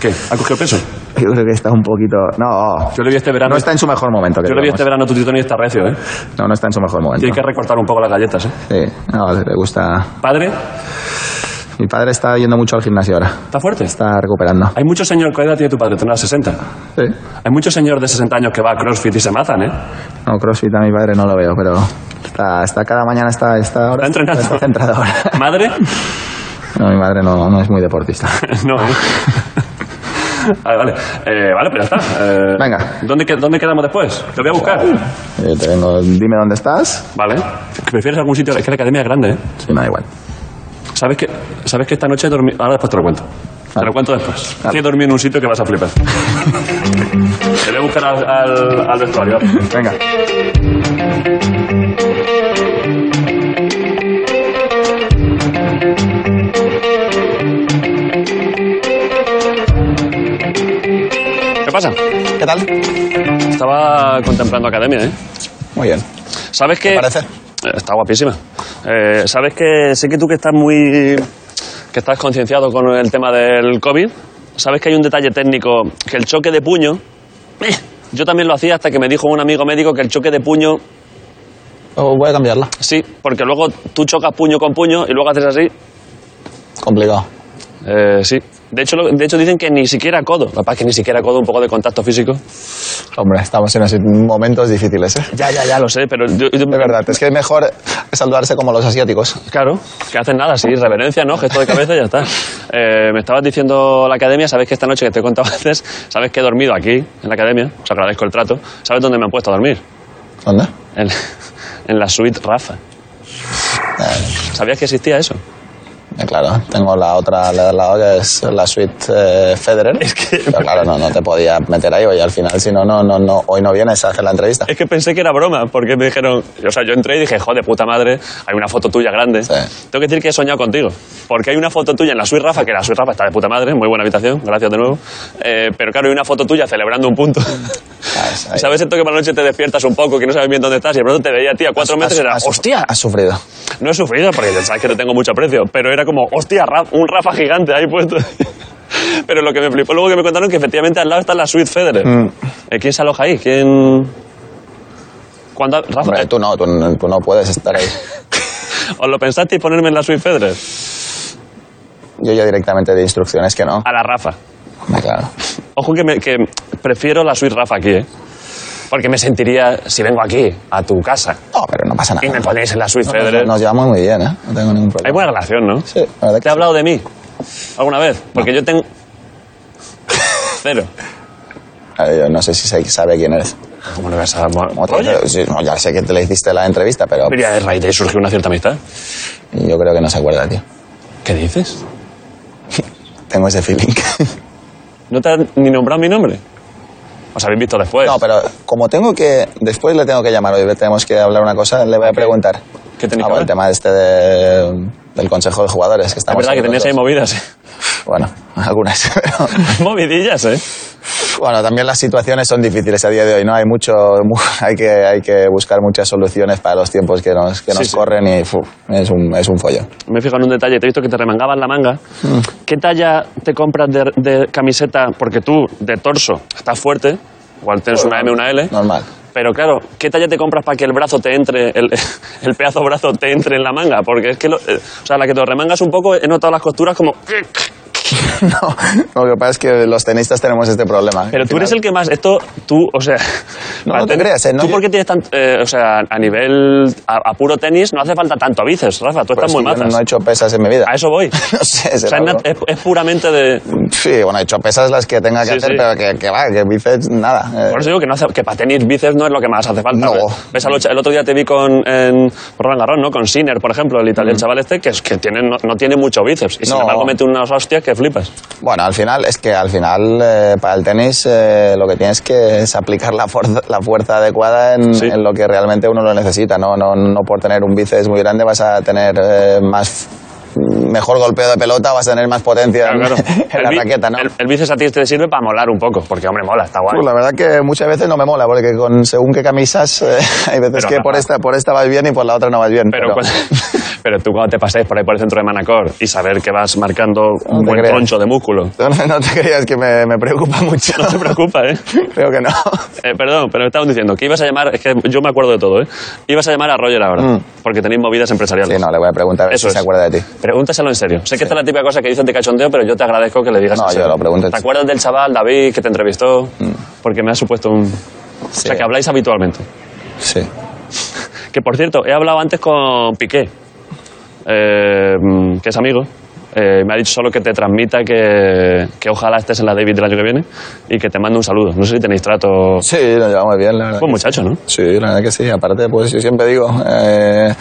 ¿Qué? ¿Ha cogido peso?
Yo creo que está un poquito. No,
Yo le vi este verano.
no está en su mejor momento. que
Yo le vi
digamos.
este verano a tu tío Tony y está recio, ¿eh?
No, no está en su mejor momento.
Tiene que recortar un poco las galletas, ¿eh?
Sí, no, le gusta.
Padre,
Mi padre está yendo mucho al gimnasio ahora.
¿está fuerte?
Está recuperando.
Hay mucho señor, ¿cuál edad tiene tu padre? Tendrá 60.
Sí.
Hay mucho señor de 60 años que va a CrossFit y se mazan, ¿eh?
No, CrossFit a mi padre no lo veo, pero está, está cada mañana está, está
Está
ahora
entrenando.
está centrado
[LAUGHS]
ahora.
¿Madre?
No, mi madre no, no es
[LAUGHS]
muy deportista.
No. ¿eh? Vale, vale. Eh, vale, pero ya está. Eh,
Venga.
¿dónde, que- ¿Dónde quedamos después? Te voy a buscar.
Yo Eh, te vengo, dime dónde estás.
Vale. ¿Prefieres algún sitio? Es que la academia es grande, ¿eh?
Sí, me da igual.
¿Sabes que, ¿Sabes que esta noche he dormido? Ahora después te lo cuento. Te lo cuento después. Que he dormido en un sitio que vas a flipar. te voy a buscar al, al, al vestuario.
Venga.
¿Qué pasa?
¿Qué tal?
Estaba contemplando academia, ¿eh?
Muy bien.
¿Sabes que...?
parece?
Eh, Está guapísima. Eh, ¿Sabes que sé que tú que estás muy... que estás concienciado con el tema del COVID? ¿Sabes que hay un detalle técnico? Que el choque de puño... eh, yo también lo hacía hasta que me dijo un amigo médico que el choque de puño...
Oh, voy a cambiarla.
Sí, porque luego tú chocas puño con puño y luego haces así.
Complicado.
Eh, sí. De hecho, lo- de hecho dicen que ni siquiera codo. Papá, que ni siquiera codo, un poco de contacto físico.
Hombre, estamos en así- momentos difíciles, ¿eh?
Ya, ya, ya, lo sé, pero yo- yo-
De verdad, es que es mejor saludarse como los asiáticos.
Claro, que hacen nada, sí, reverencia, ¿no? Gesto de cabeza y ya está. Eh, me estabas diciendo la academia, sabes que esta noche que te he contado [LAUGHS] antes, sabes que he dormido aquí, en la academia, os agradezco el trato. ¿Sabes dónde me han puesto a dormir?
¿Dónde?
En, [LAUGHS] en la suite Rafa. ¿Sabías que existía eso?
Eh, claro, tengo la otra la del lado que es la suite eh, Federer. Pero claro, no, no te podía meter ahí hoy al final, si no, no, no, no, hoy no vienes a hacer la entrevista.
Es que pensé que era broma, porque me dijeron. O sea, yo entré y dije, joder, puta madre, hay una foto tuya grande.
Sí.
Tengo que decir que he soñado contigo. Porque hay una foto tuya en la suite Rafa, que la suite Rafa está de puta madre, muy buena habitación, gracias de nuevo. Eh, pero claro, hay una foto tuya celebrando un punto. [LAUGHS]
¿Sabes? Ahí.
¿Sabes esto que por la noche te despiertas un poco, que no sabes bien dónde estás y de pronto te veía a ti a cuatro
Has-
metros y era,
has-
hostia,
Has sufrido.
no he sufrido porque ya sabes que te tengo mucho aprecio, pero era como, hostia, Ra- un Rafa gigante ahí puesto. [LAUGHS] Pero lo que me flipó luego que me contaron que efectivamente al lado está la suite Federer.
Mm.
Eh, ¿Quién se aloja ahí? ¿Quién...? ¿Cuándo? ha- Rafa, eh,
Hombre, tú no, tú, no- tú no puedes estar ahí.
¿os lo pensasteis ponerme en la suite Federer?
Yo ya directamente de instrucciones que no.
A la Rafa.
Hombre, Claro.
Ojo que, me- que prefiero la suite Rafa aquí, ¿eh? Porque me sentiría, si vengo aquí, a tu casa,
No, pero no pasa nada.
y me ponéis en la suite
No, no,
Federer...
Nos llevamos muy bien, ¿eh? No tengo ningún problema.
Hay buena relación, ¿no?
Sí, la verdad
¿Te
que
ha hablado de mí? ¿Alguna vez? Porque yo tengo... Cero.
Eh, yo no sé si se- sabe quién eres.
¿Cómo no vas a amar?
Como te-
Oye,
sí, no, ya sé que te le hiciste la entrevista, pero
pero ya de raíz de ahí surgió una cierta amistad.
yo creo que no se acuerda, tío.
¿Qué dices?
Tengo ese feeling. [LAUGHS]
¿No te has ni nombrado mi nombre? ¿Os habéis visto después?
No, pero como tengo que... Después le tengo que llamar hoy, tenemos que hablar una cosa, le voy a preguntar.
¿Qué tenéis que
Ah, bueno,
hablar?
el tema este de- del consejo de jugadores
es
que estamos...
verdad que
hablando
tenías ahí
todos.
movidas. ¿eh?
Bueno, [LAUGHS] algunas. pero-
[LAUGHS] Movidillas, ¿eh?
bueno, también las situaciones son difíciles a día de hoy, ¿no? Hay mucho... mu- [LAUGHS] hay, que, hay que buscar muchas soluciones para los tiempos que nos, que
Sí,
nos
sí.
corren y fu, es, un, es un follón.
Me he fijado en un detalle. Te he visto que te remangabas la manga. ¿Qué talla te compras de, de camiseta? Porque tú, de torso, estás fuerte. Igual tienes una M, una L.
Normal. [LAUGHS]
Pero claro, ¿qué talla te compras para que el brazo te entre, el, [LAUGHS] el pedazo brazo te entre en la manga? Porque es que, lo- eh, o sea, la que te lo remangas un poco, he notado las costuras como...
No, lo que pasa es que los tenistas tenemos este problema.
Pero
Al
tú eres
final-
el que más, esto, tú, o sea...
No,
para
no te
tener-
creas, eh, no,
¿Tú
yo-
por qué tienes tanto, eh, o sea, a nivel, a, a puro tenis, no hace falta tanto bíceps, Rafa, tú
Pero
estás
es
muy
Pues que yo
mazas.
No he hecho pesas en mi vida.
A
[LAUGHS]
eso voy.
No sé,
o sea,
será
es,
algo.
nat- es, es puramente de...
Sí, bueno, he hecho pesas las que tenga que
Sí,
hacer,
sí.
pero que, que va, que bíceps, nada. Eh,
Por eso digo que, no hace- que para tenis bíceps no es lo que más hace falta.
No.
Ves al och- el otro día te vi con en Roland Garros, ¿no? Con Sinner, por ejemplo, el italiano, el chaval este, que, es, que tiene, no, no tiene mucho bíceps. Y sin
No.
embargo mete unas hostias que flipas.
Bueno, al final, es que al final, eh, para el tenis, eh, lo que tienes que es aplicar la fuerza, la fuerza adecuada en,
Sí.
en lo que realmente uno lo necesita. No, no, no por tener un bíceps muy grande vas a tener eh, más mejor golpeo de pelota, vas a tener más potencia
Claro,
en-
claro.
[LAUGHS] en la
bi-
raqueta, ¿no?
el- el bíceps a ti te sirve para molar un poco, porque, hombre, mola, está guay.
Pues la verdad que muchas veces no me mola, porque con según qué camisas, [LAUGHS] eh, hay veces
Pero
que
nada
por
más.
esta, por esta vas bien y por la otra no vas bien.
Pero, cuando- [LAUGHS] pero tú cuando te pasees por ahí por el centro de Manacor y saber que vas marcando un
te
buen
creas.
troncho de músculo. [LAUGHS]
[LAUGHS] No, no te creas que me, me preocupa mucho.
No te preocupa, ¿eh?
[LAUGHS] Creo que no.
Eh, Perdón, pero me estaban diciendo que ibas a llamar, es que yo me acuerdo de todo, ¿eh? Ibas a llamar a Roger ahora, porque tenéis movidas empresariales.
Mm. Sí, no, le voy a preguntar a ver
Eso
si
es.
se acuerda de ti.
Pregúntaselo en serio. Sé que esta es la típica cosa que dicen de cachondeo, pero yo te agradezco que le digas
No,
en
yo
serio.
lo pregunto. Mm.
¿Te acuerdas del chaval, David, que te entrevistó? Porque me ha supuesto un... O sea, que habláis habitualmente.
Sí.
Que por cierto, he hablado antes con Piqué, eh, mm, que es amigo. Eh, me ha dicho solo que te transmita que, que ojalá estés en la David del año que viene y que te mando un saludo. No sé si tenéis trato.
Sí, lo llevamos bien, la verdad.
Buen muchacho, ¿no?
Sí, la verdad que sí. Aparte, pues yo siempre digo, eh,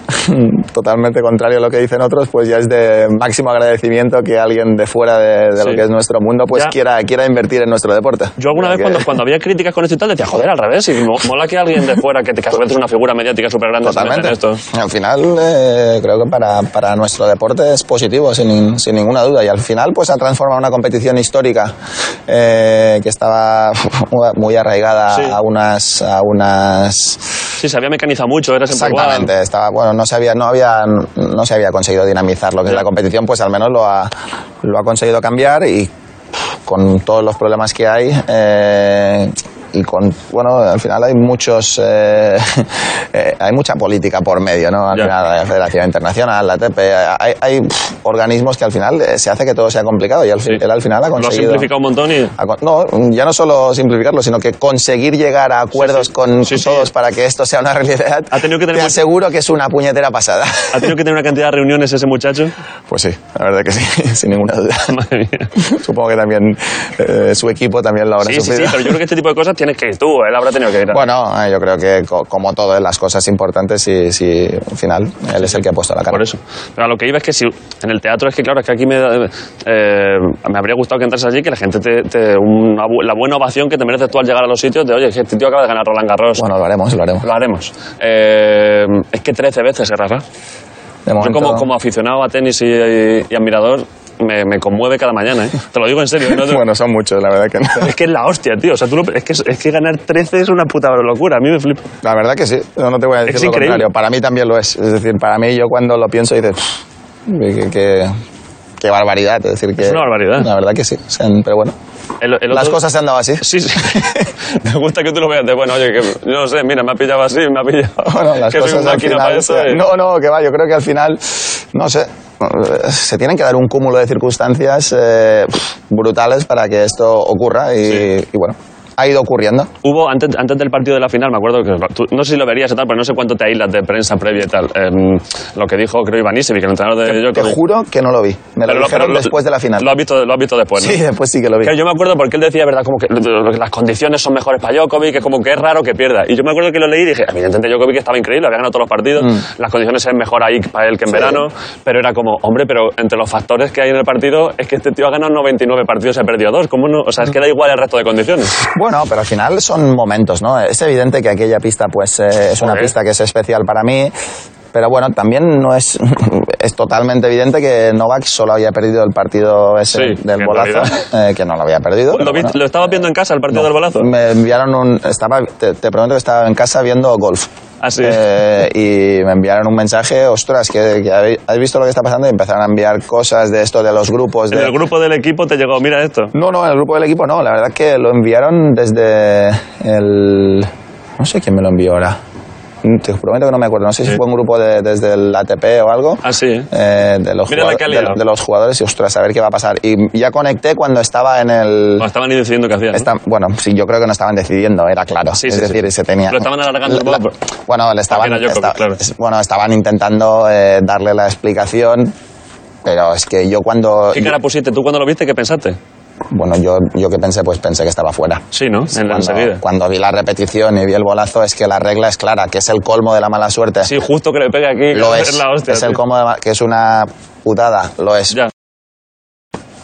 [LAUGHS] totalmente contrario a lo que dicen otros, pues ya es de máximo agradecimiento que alguien de fuera de, de lo
Sí.
que es nuestro mundo, pues
Ya.
quiera, quiera invertir en nuestro deporte.
Yo alguna vez
Porque-
cuando, cuando había críticas con esto y tal decía, joder, al revés, y mo- mola que alguien de fuera, que, te- que a su vez es una figura mediática súper grande, se meta
Totalmente.
en esto.
Al final, eh, creo que para, para nuestro deporte es positivo, sin, nin- sin ninguna duda. Y al final, pues ha transformado una competición histórica eh, que estaba [LAUGHS] muy arraigada
Sí.
a unas. A unas
Sí, se había mecanizado mucho, era siempre igual.
Exactamente, estaba, bueno, no se había, no había, no se había conseguido dinamizar lo que es
Ya.
la competición, pues al menos lo ha, lo ha conseguido cambiar y con todos los problemas que hay eh, y con, bueno, al final hay muchos, eh, [LAUGHS] eh, hay mucha política por medio, ¿no? Al
Ya.
final, la Federación Internacional, la ATP, hay, hay, pff, organismos que al final eh, se hace que todo sea complicado y al, fi-
Sí.
él al final ha
Lo ha
conseguido.
simplificado un montón y...
A con- No, ya no solo simplificarlo, sino que conseguir llegar a acuerdos con
Sí, sí.
todos para que esto sea una realidad.
Ha tenido que tener
te
mucho-
aseguro que es una puñetera pasada.
¿Ha tenido que tener una cantidad de reuniones ese muchacho? [LAUGHS]
Pues sí, la verdad que sí, [LAUGHS] sin ninguna duda.
Madre mía.
Supongo que también eh, su equipo también lo habrá
Sí, sí, sí,
sufrido.
pero yo creo que este tipo de cosas tienes que ir tú, él habrá tenido que ir. a-
Bueno, eh, yo creo que co- como todo, eh, las cosas importantes, si, si al final él es el que ha puesto la cara.
Por eso. Pero a lo que iba es que si en el teatro es que, claro, es que aquí me, da- eh, me habría gustado que entras allí, que la gente te. te- una bu- la buena ovación que te mereces tú al llegar a los sitios de, oye, que este tío acaba de ganar Roland Garros.
Bueno, lo haremos, lo haremos.
Lo haremos. Eh, es que 13 veces, ¿eh, Rafa?
De
Yo,
momento-
como, como aficionado a tenis y, y- y admirador, me, me conmueve cada mañana, ¿eh? Te lo digo en serio. ¿eh? No
[LAUGHS]
te-
[LAUGHS] Bueno, son muchos, la verdad que
[LAUGHS]
no.
Es que es la hostia, tío. O sea, tú lo- es, que, es que ganar 13 es una puta locura. A mí me flipa.
La verdad que sí, no, no te voy a decir
Es
lo
increíble.
contrario. Para mí también lo es. Es decir, para mí yo cuando lo pienso dices, "Pff, qué, qué- qué- qué barbaridad. Es, decir, que,
una barbaridad.
La verdad que sí. O sea, pero bueno,
El- el
las
otro-
cosas se han dado así.
Sí, [LAUGHS] sí. Me gusta que tú lo veas. De, bueno, oye, que yo no sé, mira, me ha pillado así, me ha pillado.
[LAUGHS] [LAUGHS] Bueno, las
que soy
cosas
un
al
máquina
final,
para eh. esto.
se-
y-
No, no, que va, yo creo que al final, no sé, eh, se tienen que dar un cúmulo de circunstancias eh, pff, brutales para que esto ocurra y, y bueno, ha ido ocurriendo.
Hubo, antes, antes del partido de la final, me acuerdo que tú- no sé si lo verías y tal, pero no sé cuánto te aíslas de prensa previa y tal. Em, lo que dijo, creo, Iván Isevic, el entrenador de Djokovic.
Te juro que no lo vi. Me lo
Pero
dijeron
pero
después de la final.
Lo has visto, lo has visto después, ¿no?
Sí, después sí que lo vi.
Que yo me acuerdo porque él decía, ¿verdad? Como que lo- que las condiciones son mejores para Djokovic, que como que es raro que pierda. Y yo me acuerdo que lo leí y dije, evidentemente Djokovic estaba increíble, había ganado todos los partidos,
Mm.
las condiciones es mejor ahí para él que en verano, pero era como, hombre, pero entre los factores que hay en el partido es que este tío ha ganado 99 partidos y ha perdido dos, ¿cómo no? O sea, es que da igual el resto de condiciones.
Bueno, pero al final son momentos, ¿no? Es evidente que aquella pista, pues, eh, es una
Joder.
pista que es especial para mí. Pero bueno, también no es, [LAUGHS] es totalmente evidente que Novak solo había perdido el partido ese
Sí,
del
en
bolazo, eh, que no lo había perdido.
¿Lo,
pero
viste-
bueno.
lo estabas viendo en casa el partido del balazo?
Me enviaron un. Estaba, te, te prometo que estaba en casa viendo golf.
Ah, sí.
Eh, y me enviaron un mensaje, ostras, que, que habe- has visto lo que está pasando y empezaron a enviar cosas de esto, de los grupos.
En
de,
el grupo del equipo te llegó, mira esto.
no, no, en el grupo del equipo no. La verdad que lo enviaron desde el... No sé quién me lo envió ahora. Mm, Te prometo que no me acuerdo. No sé si fue un grupo de- desde el ATP o algo.
Ah, sí, ¿eh?
Eh, de, los
Mira la
jugado-
calidad.
de- de los jugadores y, ostras, a ver qué va a pasar. Y ya conecté cuando estaba en el...
No, estaban ni decidiendo qué hacían. ¿no?
Esta- bueno, sí, yo creo que no estaban decidiendo, era claro.
Sí,
es
sí,
decir,
sí.
se tenía.
Lo estaban alargando un poco, pero-
bueno, le estaban,
Para que era Djokovic,
esta-
claro.
es- bueno, estaban intentando eh, darle la explicación, pero es que yo cuando.
¿Qué cara pusiste? ¿Tú cuando lo viste? ¿Qué pensaste?
Bueno, yo, yo que pensé, pues pensé que estaba fuera.
Sí, ¿no? En la
Cuando,
enseguida.
cuando vi la repetición y vi el bolazo, es que la regla es clara, que es el colmo de la mala suerte.
Sí, justo que le pega aquí.
[LAUGHS] lo es.
[LAUGHS] la hostia,
es el
tío.
colmo de ma- que es una putada, lo es.
Ya.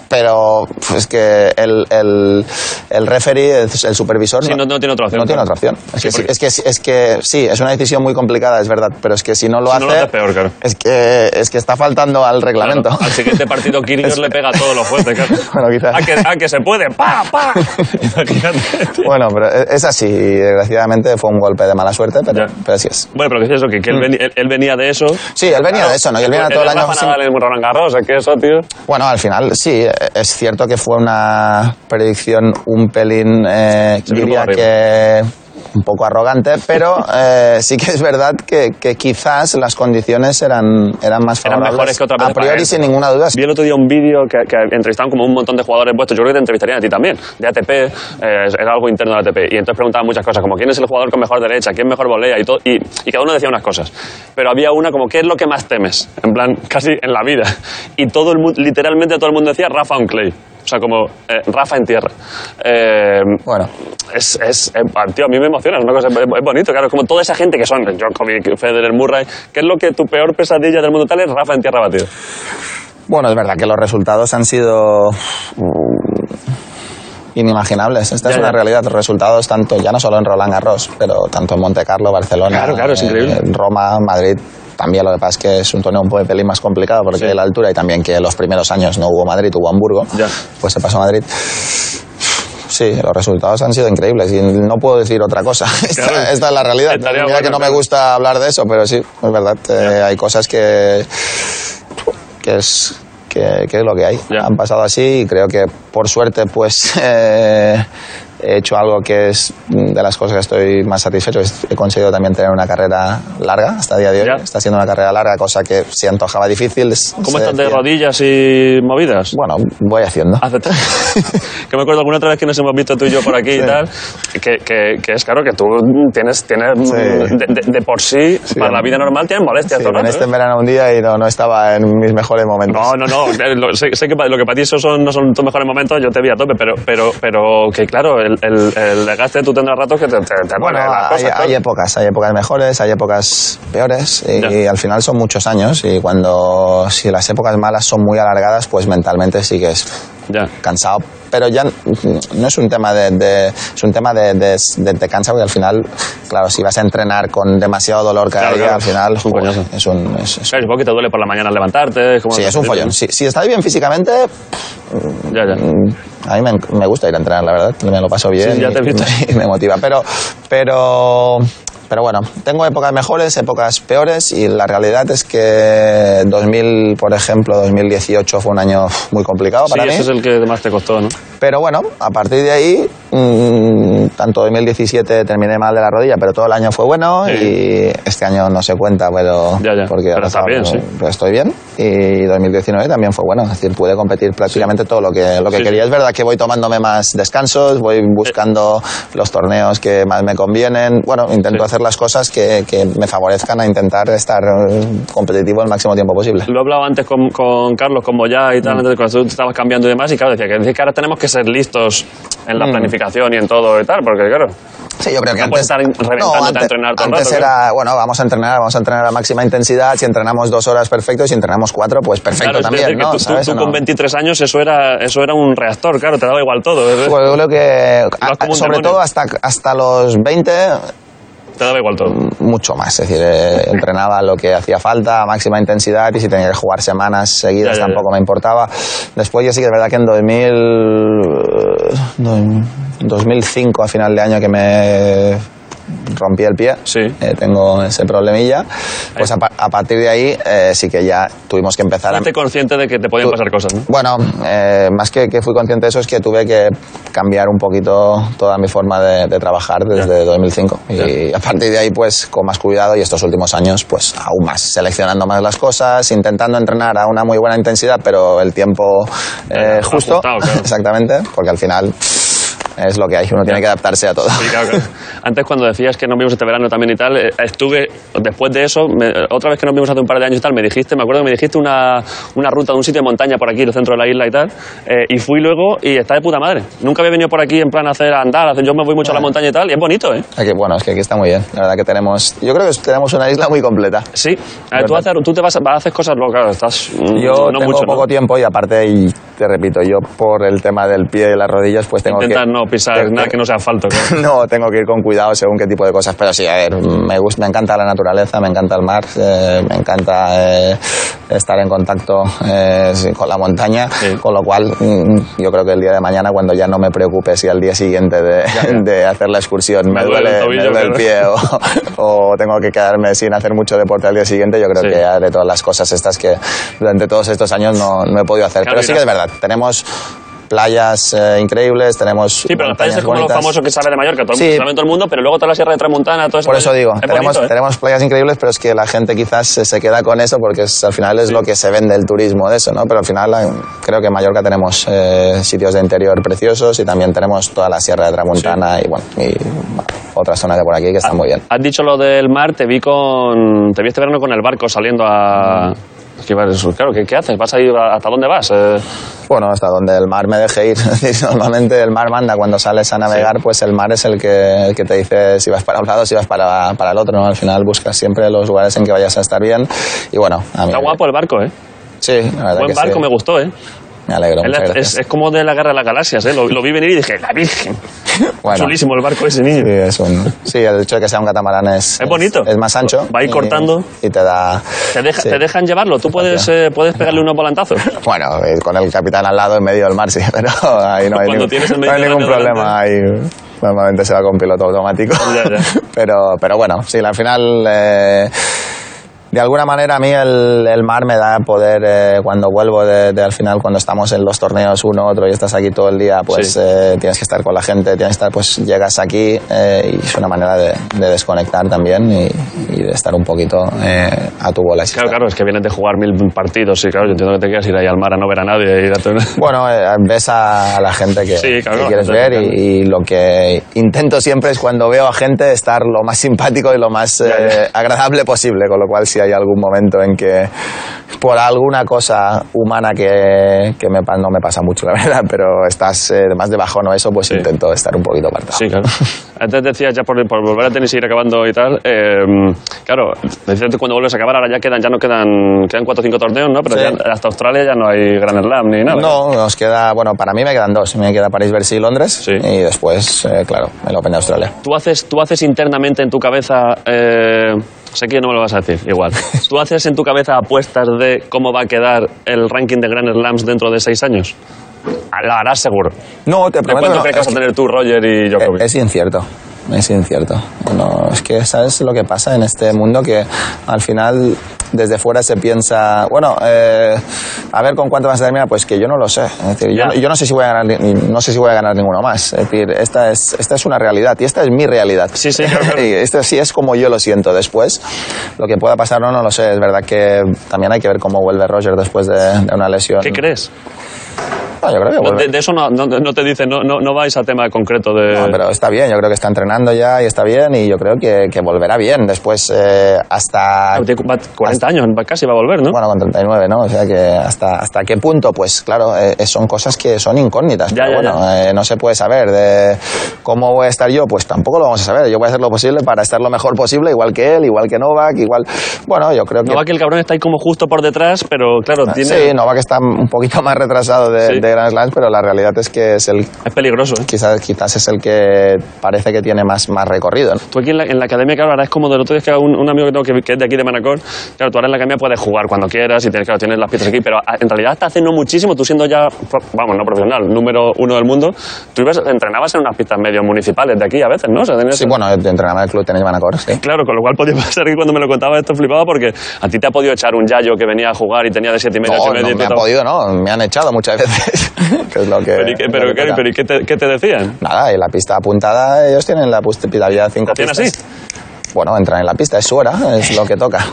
Pero pf, es que el, el, el referee, el, el supervisor,
Sí, no, no tiene otra opción.
no tiene otra opción. Es,
Sí,
que, sí,
porque-
es, que, sí- es que sí, es una decisión muy complicada, es verdad, pero es que si no lo
Si
hace,
no lo hace, peor, claro.
es, que, es que está faltando al reglamento.
Claro, al
[LAUGHS]
siguiente partido Kyrgios
Es-
le pega a todos los jueces. claro.
[LAUGHS] Bueno, quizás.
A que, a que se puede. ¡Pa,
[LAUGHS]
pa! Imagínate. tío.
Bueno, pero es es así, y desgraciadamente fue un golpe de mala suerte, pero,
Ya.
pero así es.
Bueno, pero que es eso, que, que él, veni- él- él venía de eso.
Sí, él Mm. venía de eso, ¿no? Y él venía todo el año...
Rafa
sin-
Nadal en Roland Garros, es que eso, tío.
Bueno, al final sí, eh, es cierto que fue una predicción un pelín, eh,
Se vino
diría
para
que un poco arrogante, pero eh, sí que es verdad que, que quizás las condiciones eran, eran más
Eran
favorables.
mejores que otras veces
A
para
priori,
él.
sin ninguna duda.
Vi el otro día un vídeo que, que entrevistaban como un montón de jugadores vuestros. Yo creo que te entrevistarían a ti también, de ATP. eh, era algo interno de ATP. Y entonces preguntaban muchas cosas, como quién es el jugador con mejor derecha, quién mejor volea y todo. Y, y cada uno decía unas cosas. Pero había una como, ¿qué es lo que más temes? En plan, [LAUGHS] casi en la vida. Y todo el mundo, literalmente todo el mundo decía Rafa on clay. O sea, como eh, Rafa en tierra. Eh,
Bueno,
es, es, eh, tío, a mí me emociona, es una cosa, es, es bonito, claro, es como toda esa gente que son Djokovic, Federer, Murray, que es lo que tu peor pesadilla del mundo tal es Rafa en tierra batido.
bueno, es verdad que los resultados han sido mm, inimaginables. Esta es
Ya,
una
ya.
realidad. Resultados tanto, ya no solo en Roland Garros, pero tanto en Monte Carlo, Barcelona,
Claro, claro, es increíble.
en Roma, Madrid. También lo que pasa es que es un torneo un poco- pelín más complicado porque la altura y también que los primeros años no hubo Madrid, hubo Hamburgo.
Ya.
Pues se pasó a Madrid. Sí, los resultados han sido increíbles y no puedo decir otra cosa. [LAUGHS] Esta,
Claro.
esta es la realidad.
Estaría
Mira
bueno,
que no me
claro.
gusta hablar de eso, pero sí, es verdad. eh, hay cosas que, que es que, que es lo que hay.
Ya.
Han pasado así y creo que por suerte pues [LAUGHS] eh, he hecho algo que es mm, de las cosas que estoy más satisfecho. Es- He conseguido también tener una carrera larga hasta el día de hoy.
Ya.
Está siendo una carrera larga, cosa que se antojaba difícil. es-
¿Cómo
se
estás de
decía-
rodillas Ah, y movidas?
Bueno, voy haciendo.
Hace- [LAUGHS] que me acuerdo alguna otra vez que nos hemos visto tú y yo por aquí y tal, que, que- que es claro que tú tienes, tienes mm,
Sí.
de, de- de por sí, para la vida normal, tienes molestias.
Sí,
todo el
en
rato,
este
¿eh?
verano un día y no, no estaba en mis mejores momentos.
No, no,
[LAUGHS]
no. eh, lo- sé, sé que pa- lo que para ti eso son, no son tus mejores momentos, yo te vi a tope, pero, pero, pero que claro, el, el, el desgaste tú tendrás ratos que te, te, te
Bueno,
duelen las
hay,
cosas, claro.
hay épocas, hay épocas mejores, hay épocas peores y,
Ya.
al final son muchos años y cuando si las épocas malas son muy alargadas, pues mentalmente sí que es
Ya.
cansado. Pero ya n- no es un tema de, de- es un tema de, de, de- te cansa porque al final, claro, si vas a entrenar con demasiado dolor cada
Claro,
día,
claro.
al final
Es un
joder,
coñazo.
es un es- es-
Claro, supongo que te duele por la mañana levantarte. es como-
sí, es un follón. Si, si estás bien físicamente,
Ya, ya.
Mm, A mí me, en- me gusta ir a entrenar, la verdad. Me lo paso bien
Sí, ya
y-
te he visto.
y, me motiva. Pero, pero, pero bueno, tengo épocas mejores, épocas peores y la realidad es que 2000, por ejemplo, 2018 fue un año muy complicado
Sí,
para mí.
ese es el que más te costó, ¿no?
Pero bueno, a partir de ahí, mm, tanto 2017 terminé mal de la rodilla, pero todo el año fue bueno y este año no se cuenta, pero,
Ya, ya.
porque ha
Pero está
pasado,
bien,
pero-
sí.
pero estoy bien. Y 2019 también fue bueno, es decir, pude competir prácticamente todo lo que, lo que
Sí, sí.
quería.
Eh.
Es verdad que voy tomándome más descansos, voy buscando los torneos que más me convienen. Bueno, intento
Sí.
hacer las cosas que, que me favorezcan a intentar estar eh, competitivo el máximo tiempo posible.
Lo he hablado antes con, con Carlos, como ya y
Mm.
tal, antes de cuando tú te estabas cambiando y demás, y claro, decía que, decía que ahora tenemos que ser listos en
Mm.
la planificación y en todo y tal, porque claro,
Sí, yo creo que
No
antes...
puedes estar reventándote a entrenar todo el
antes
rato,
era, bueno, vamos a entrenar, vamos a entrenar a máxima intensidad, si entrenamos dos horas, perfecto, y si entrenamos cuatro, pues perfecto
claro es
también,
decir, que
¿no?
tú- tú,
¿Sabes
tú
o no?
con 23 años eso era, eso era un reactor, claro, te daba igual todo, ¿eh?
Pues yo creo que,
Vas como un
sobre
demonio.
todo hasta, hasta los 20,
te daba igual todo.
mucho más. Es decir,
[LAUGHS]
eh, entrenaba lo que hacía falta a máxima intensidad y si tenía que jugar semanas seguidas
Ya, ya, ya.
tampoco me importaba. Después yo sí que es verdad que en eh, 2000, 2005, a final de año, que me rompí el pie,
Sí.
eh, tengo ese problemilla, pues a, pa- a partir de ahí eh, sí que ya tuvimos que empezar a...
Hazte consciente de que te podían
Tú-
pasar cosas, ¿no?
Bueno, eh, más que, que fui consciente de eso es que tuve que cambiar un poquito toda mi forma de, de trabajar desde 2005 y a partir de ahí pues con más cuidado y estos últimos años pues aún más, seleccionando más las cosas, intentando entrenar a una muy buena intensidad pero el tiempo eh,
Ya,
justo,
ajustado, claro.
[LAUGHS] exactamente, porque al final es lo que hay, uno tiene que adaptarse a todo.
Sí, claro, claro. [LAUGHS] Antes cuando decías que nos vimos este verano también y tal, eh, estuve, después de eso, me- otra vez que nos vimos hace un par de años y tal, me dijiste, me acuerdo que me dijiste una, una ruta de un sitio de montaña por aquí, el centro de la isla y tal, eh, y fui luego y está de puta madre. Nunca había venido por aquí en plan a hacer a andar, a hacer, yo me voy mucho a la montaña y tal, y es bonito, ¿eh?
Aquí- bueno, [LAUGHS] es que aquí está muy bien, la verdad que tenemos, yo creo que tenemos una isla muy completa.
Sí, A ver, tú, haces, tú te vas, a- vas a hacer cosas locas, estás mm,
Yo
no
tengo
mucho,
poco
¿no?
tiempo y aparte, y te repito, yo por el tema del pie y las rodillas, pues tengo
Intentar
que...
no pisar
te- te-
nada que no sea asfalto. claro.
[LAUGHS] No, tengo que ir con cuidado según qué tipo de cosas, pero sí, a ver, me gusta, me encanta la naturaleza, me encanta el mar, eh, me encanta eh, estar en contacto eh, sí, con la montaña,
Sí.
con lo cual mm, yo creo que el día de mañana cuando ya no me preocupe si al día siguiente de, de hacer la excursión me,
Me duele el
duele,
tobillo,
me duele el
claro.
pie
[LAUGHS]
o, o tengo que quedarme sin hacer mucho deporte al día siguiente, yo creo
Sí.
que ya de todas las cosas estas que durante todos estos años no, no he podido hacer,
Claro,
pero sí
mira.
que es verdad, tenemos playas eh, increíbles, tenemos
Sí, pero las playas es como los
bonitas.
famosos que sabe de Mallorca, todo, el-
Sí.
sabe todo el mundo, pero luego toda la Sierra de Tramontana, todo eso.
Por eso
es
digo,
bonito,
tenemos,
¿eh?
tenemos playas increíbles, pero es que la gente quizás se, se queda con eso porque es- al final es lo que se vende el turismo de eso, ¿no? Pero al final eh, creo que en Mallorca tenemos eh, sitios de interior preciosos y también tenemos toda la Sierra de Tramontana y, bueno, y bueno, otras zonas de por aquí que están muy bien.
Has dicho lo del mar, te vi con. Te vi este verano con el barco saliendo a. Es que, vale, eso, claro, ¿qué, qué haces? ¿Vas a ir a- hasta dónde vas? Eh,
Bueno, hasta donde el mar me deje ir. [LAUGHS] Es decir, Normalmente el mar manda cuando sales a navegar, pues el mar es el que, el que te dice si vas para un lado, si vas para, para el otro, ¿no? Al final buscas siempre los lugares en que vayas a estar bien y bueno, a mí...
está guapo el barco, ¿eh?
Sí, la verdad
Buen
que
barco,
sí.
me gustó, ¿eh?
Me
Es,
alegro,
la-
muchas gracias.
es- es como de la guerra de las galaxias, ¿eh? Lo, lo vi venir y dije, la virgen.
Bueno.
Chulísimo el barco ese,
Sí,
niño.
es un- sí, el hecho de que sea un catamarán es,
Es bonito.
Es, más ancho.
Va a ir
y-
cortando.
Y te da.
Te, deja-
sí.
te dejan llevarlo, tú puedes, eh, puedes pegarle unos volantazos.
[LAUGHS] Bueno, eh, con el capitán al lado en medio del mar, sí, [LAUGHS] pero ahí no hay,
Cuando
ningún-
tienes el
no hay ningún
Mediterráneo
problema. Ahí, normalmente [LAUGHS] se va con piloto automático.
Ya, ya.
Pero, pero bueno, sí, al final. eh, de alguna manera a mí el, el mar me da poder, eh, cuando vuelvo de, de al final, cuando estamos en los torneos uno, otro y estás aquí todo el día, pues
Sí.
eh, tienes que estar con la gente, tienes que estar, pues llegas aquí eh, y es una manera de, de desconectar también y, y de estar un poquito eh, a tu bola. si
Claro,
está.
claro, es que vienes de jugar mil partidos y claro, yo entiendo que te quieras ir ahí al mar a no ver a nadie. y ir a tu-
Bueno, eh, ves a a la gente que,
Sí, claro,
que quieres
la gente
ver y, y lo que intento siempre es cuando veo a gente estar lo más simpático y lo más eh, agradable posible, con lo cual si hay algún momento en que por alguna cosa humana que, que me, pa- no me pasa mucho, la verdad, [LAUGHS] pero estás eh, más de bajón o eso, pues
Sí.
intento estar un poquito apartado.
Sí, claro. [LAUGHS] Antes decías, ya por, por volver a tenis y ir acabando y tal, eh, claro, decías que cuando vuelves a acabar, ahora ya quedan, ya no quedan, quedan cuatro o cinco torneos, ¿no? Pero
Sí.
ya hasta Australia ya no hay Grand Slam ni nada.
No, nos queda, bueno, para mí me quedan dos, me queda París, Bercy y Londres
Sí.
y después, eh, claro, el Open de Australia.
Tú haces, tú haces internamente en tu cabeza. eh, sé que no me lo vas a decir,
[LAUGHS]
igual. ¿Tú haces en tu cabeza apuestas de cómo va a quedar el ranking de Grand Slams dentro de seis años? Ah, Lo harás seguro.
No, te
¿De
prometo
cuánto
no,
crees que
es
vas a tener tú, Roger y Djokovic?
Eh, Es incierto, es incierto. No, es que sabes lo que pasa en este mundo que al final desde fuera se piensa, bueno, eh, a ver con cuánto vas a terminar, pues que yo no lo sé. Es decir, yo,
Ya.
no- yo no sé si voy a ganar, ni- no sé si voy a ganar ninguno más. Es decir, esta es, esta es una realidad y esta es mi realidad.
Sí, sí,
[LAUGHS]
claro, claro.
Y esto sí es como yo lo siento después. Lo que pueda pasar no, no lo sé. Es verdad que también hay que ver cómo vuelve Roger después de, de una lesión.
¿Qué crees?
No, yo creo que
No,
vuelve.
de, de eso no, no- no te dicen, no, no, no vais a tema concreto de.
No, Ah, pero está bien, yo creo que está entrenando ya y está bien y yo creo que, que volverá bien después eh, hasta...
Ah, tiene va- 40 años, va- casi va a volver, ¿no?
Bueno, con 39, ¿no? O sea que hasta, hasta qué punto, pues claro, eh, eh, son cosas que son incógnitas.
Ya,
pero
ya,
bueno, eh, no se puede saber. De ¿Cómo voy a estar yo? Pues tampoco lo vamos a saber. Yo voy a hacer lo posible para estar lo mejor posible, igual que él, igual que Novak, igual... Bueno, yo creo que...
no va que el cabrón está ahí como justo por detrás, pero claro, tiene,
Ah, Sí, Novak está un poquito más retrasado de,
Sí.
de Grand Slam, pero la realidad es que es el...
es peligroso. ¿eh?
Quizás, quizás es el que parece que tiene más, más recorrido. ¿no?
Tú aquí en la, en la academia, claro, ahora es como del otro día que un, un amigo que tengo que, que es de aquí de Manacor, claro, tú ahora en la academia puedes jugar cuando quieras y tienes, claro, tienes las piezas aquí, pero a- en realidad hasta hace no muchísimo, tú siendo ya, pro- vamos, no profesional, número uno del mundo, tú ibas, entrenabas en unas pistas medio municipales de aquí a veces, ¿no? O sea, tenías-
Sí, bueno, yo entrenaba en el club tenis Manacor, sí.
Claro, con lo cual podía [LAUGHS] pasar que cuando me lo contaba esto flipaba porque a ti te ha podido echar un yayo que venía a jugar y tenía de siete y media,
No,
ocho y
no
media y tú
me ha
estabas-
podido, no, me han echado muchas veces. [LAUGHS] que es lo que,
Pero, ¿y qué-
lo
pero
que
qué-
toca.
pero ¿y qué te- qué te decían?
Nada, y la pista apuntada, ellos tienen la, pus- la vida de cinco
¿La tienen
pistas.
así?
Bueno, entran en la pista, es su hora, es lo que toca.
[LAUGHS]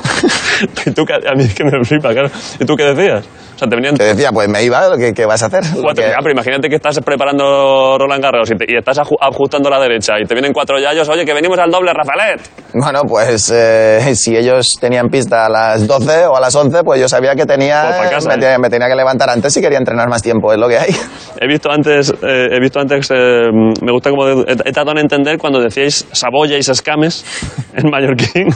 ¿Y tú, qué- a mí es que me flipa, claro. ¿Y tú qué decías? O sea, te venían
Te decía, pues me iba, ¿qué, qué vas a hacer? Lo
cuatro...
que-
Ah, pero imagínate que estás preparando Roland Garros y, te- y estás aju- ajustando a la derecha y te vienen cuatro yayos, oye, que venimos al doble, Rafaelet.
Bueno, pues eh, si ellos tenían pista a las 12 o a las 11, pues yo sabía que tenía,
Pues pa' casa,
me,
¿eh?
tenía me tenía que levantar antes si quería entrenar más tiempo, es lo que
[LAUGHS]
hay.
He visto antes, eh, he visto antes eh, me gusta como de- he, he tratado de entender cuando decíais Saboya y Sescames [LAUGHS] en Mallorquín.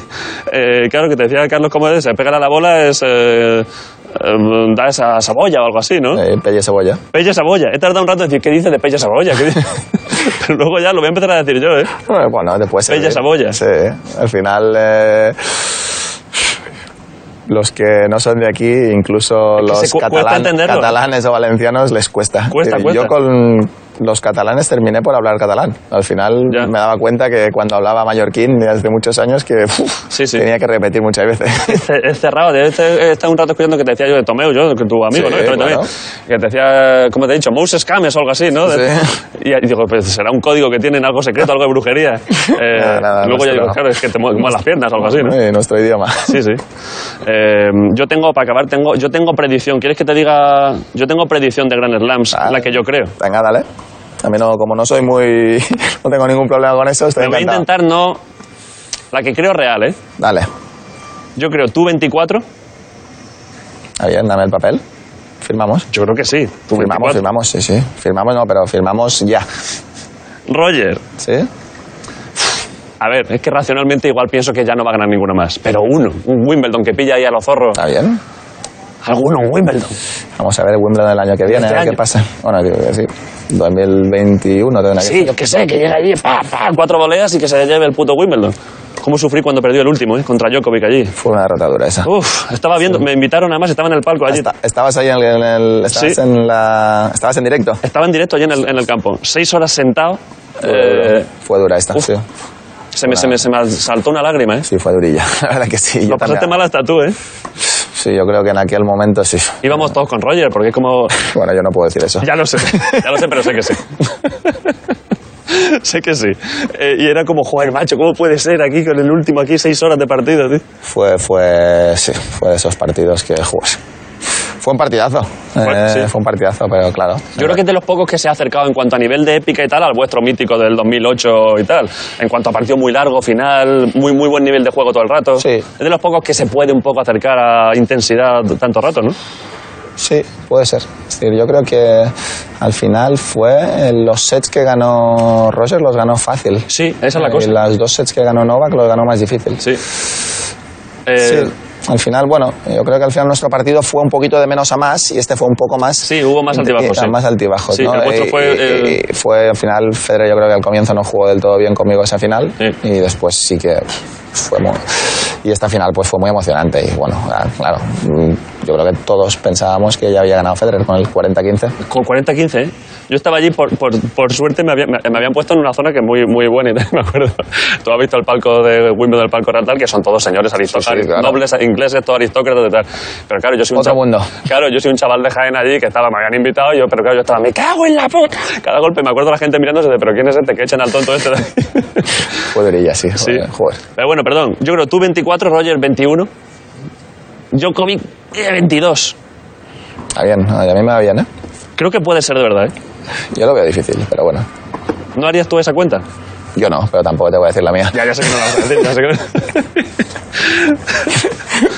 Eh, claro, que te decía Carlos cómo es, eh, pégale a la bola es... eh, eh, da esa Saboya o algo así, ¿no?
Eh, Pelle Cebolla.
Pella Saboya. He tardado un rato en decir, ¿qué dice de Pella Saboya?
[LAUGHS]
¿Qué dice? Pero luego ya lo voy a empezar a decir yo, ¿eh?
Bueno, Pues, Bueno, después.
Bella Saboya.
Sí, al final. eh, los que no son de aquí, incluso
que se
los
cu- cuesta
catalán-
entenderlo.
catalanes o valencianos, les cuesta.
Cuesta,
Eh,
cuesta.
Yo con los catalanes terminé por hablar catalán. Al final
Ya.
me daba cuenta que cuando hablaba mallorquín de hace muchos años que uf,
Sí, Eh, sí.
tenía que repetir muchas
[LAUGHS]
veces.
He he cerrado. de- este, He he estado un rato escuchando que te decía yo de Tomeo, yo, que tu amigo, ¿no?
Sí,
Que Tomeo también.
claro.
Que te decía, como te he dicho, Moses Cames o algo así, ¿no? De-
Sí.
Y, y digo, pues será un código que tienen, algo secreto, algo de
[LAUGHS]
brujería. Eh,
[LAUGHS] Nada, nada,
luego
no
ya
sé,
digo,
no.
claro, es que te mue- mueven las piernas o algo así, ¿no?
Eh, nuestro idioma.
Sí, sí. Eh, yo tengo, para acabar, tengo, yo tengo predicción. ¿Quieres que te diga? Yo tengo predicción de Grand Slams,
Vale.
la que yo creo.
Venga, dale. A mí no, como no soy muy. [LAUGHS] no tengo ningún problema con eso, estoy
Me voy a
encantado.
intentar no... La que creo real, ¿eh?
Dale.
Yo creo tú 24.
Está bien, dame el papel. Firmamos.
Yo creo que sí. Tú
Firmamos,
24.
firmamos, sí, sí. Firmamos, no, pero firmamos ya.
Roger.
¿Sí?
A ver, es que racionalmente igual pienso que ya no va a ganar ninguno más. Pero uno, un Wimbledon que pilla ahí a los zorros.
Está bien.
Alguno, un Wimbledon.
Vamos a ver el Wimbledon del año que viene,
Este
a ver
año.
qué pasa. Bueno, digo que sí. 2021 tendrá que
Sí, yo que sé, que llega allí, pa, pa, cuatro voleas y que se lleve el puto Wimbledon. ¿Cómo sufrí cuando perdió el último, eh? Contra Djokovic allí.
Fue una derrotadura esa.
Uf, estaba viendo, me invitaron además, estaba en el palco allí.
Esta- estabas ahí en el... en el- estabas,
Sí.
en la, estabas en directo.
Estaba en directo allí en el, en el campo. Seis horas sentado.
Fue dura,
eh,
fue dura esta,
uf.
sí.
Se me, se, me, se me saltó una lágrima, ¿eh?
Sí, fue durilla. [LAUGHS] La verdad que sí.
Lo
Yo también-
pasaste mal hasta tú, ¿eh?
Sí, yo creo que en aquel momento sí.
Íbamos todos con Roger, porque es como...
Bueno, yo no puedo decir eso.
Ya lo sé, ya lo sé, pero sé que sí. sé que sí. Eh, y era como, joder, macho, ¿cómo puede ser aquí con el último aquí seis horas de partido, tío?
Fue, fue, sí, fue de esos partidos que jugó. Fue un partidazo.
Bueno,
eh,
sí.
Fue un partidazo, pero claro.
Yo creo que es de los pocos que se ha acercado en cuanto a nivel de épica y tal al vuestro mítico del 2008 y tal. En cuanto a partido muy largo, final, muy muy buen nivel de juego todo el rato.
Sí.
Es de los pocos que se puede un poco acercar a intensidad tanto rato, ¿no?
Sí, puede ser. Es decir, yo creo que al final fue eh, los sets que ganó Roger los ganó fácil.
Sí, esa es la cosa.
Y los dos sets que ganó Novak los ganó más difícil.
Sí. Eh,
Sí, Al final, bueno, yo creo que al final nuestro partido fue un poquito de menos a más y este fue un poco más.
Sí, hubo más altibajos,
eh,
sí.
Más altibajos.
Sí,
¿no?
el vuestro
Eh,
fue,
y- y-
eh,
y fue, al final, Federer yo creo que al comienzo no jugó del todo bien conmigo esa final
Sí.
y después sí que fue muy. Y esta final pues fue muy emocionante y bueno, ah, claro, mm, yo creo que todos pensábamos que ya había ganado Federer con el 40-15.
Con 40-15, ¿eh? Yo estaba allí, por, por, por suerte, me, había- me- me habían puesto en una zona que es muy, muy buena, y [LAUGHS] tal, me acuerdo. Tú has visto el palco de Wimbledon, el palco Ratal, que son todos señores aristócratas,
Sí, sí, claro.
nobles ingleses, todos aristócratas y tal. Pero claro, yo soy un
Otro
chaval-
mundo.
Claro, yo soy un chaval de Jaén allí que estaba, me habían invitado, yo, pero claro, yo estaba, me cago en la puta. Cada golpe me acuerdo la gente mirándose de, pero ¿quién es este que echan al tonto este? [LAUGHS]
Fue durilla, sí.
Sí.
joder, joder.
Pero bueno, perdón. Yo creo tú 24, Roger 21. Djokovic eh, 22.
Está bien, no, y a mí me va bien, ¿eh?
Creo que puede ser de verdad, ¿eh?
Yo lo veo difícil, pero bueno.
¿No harías tú esa cuenta?
Yo no, pero tampoco te voy a decir la mía.
Ya, ya sé que no la vas a decir, ya sé que no.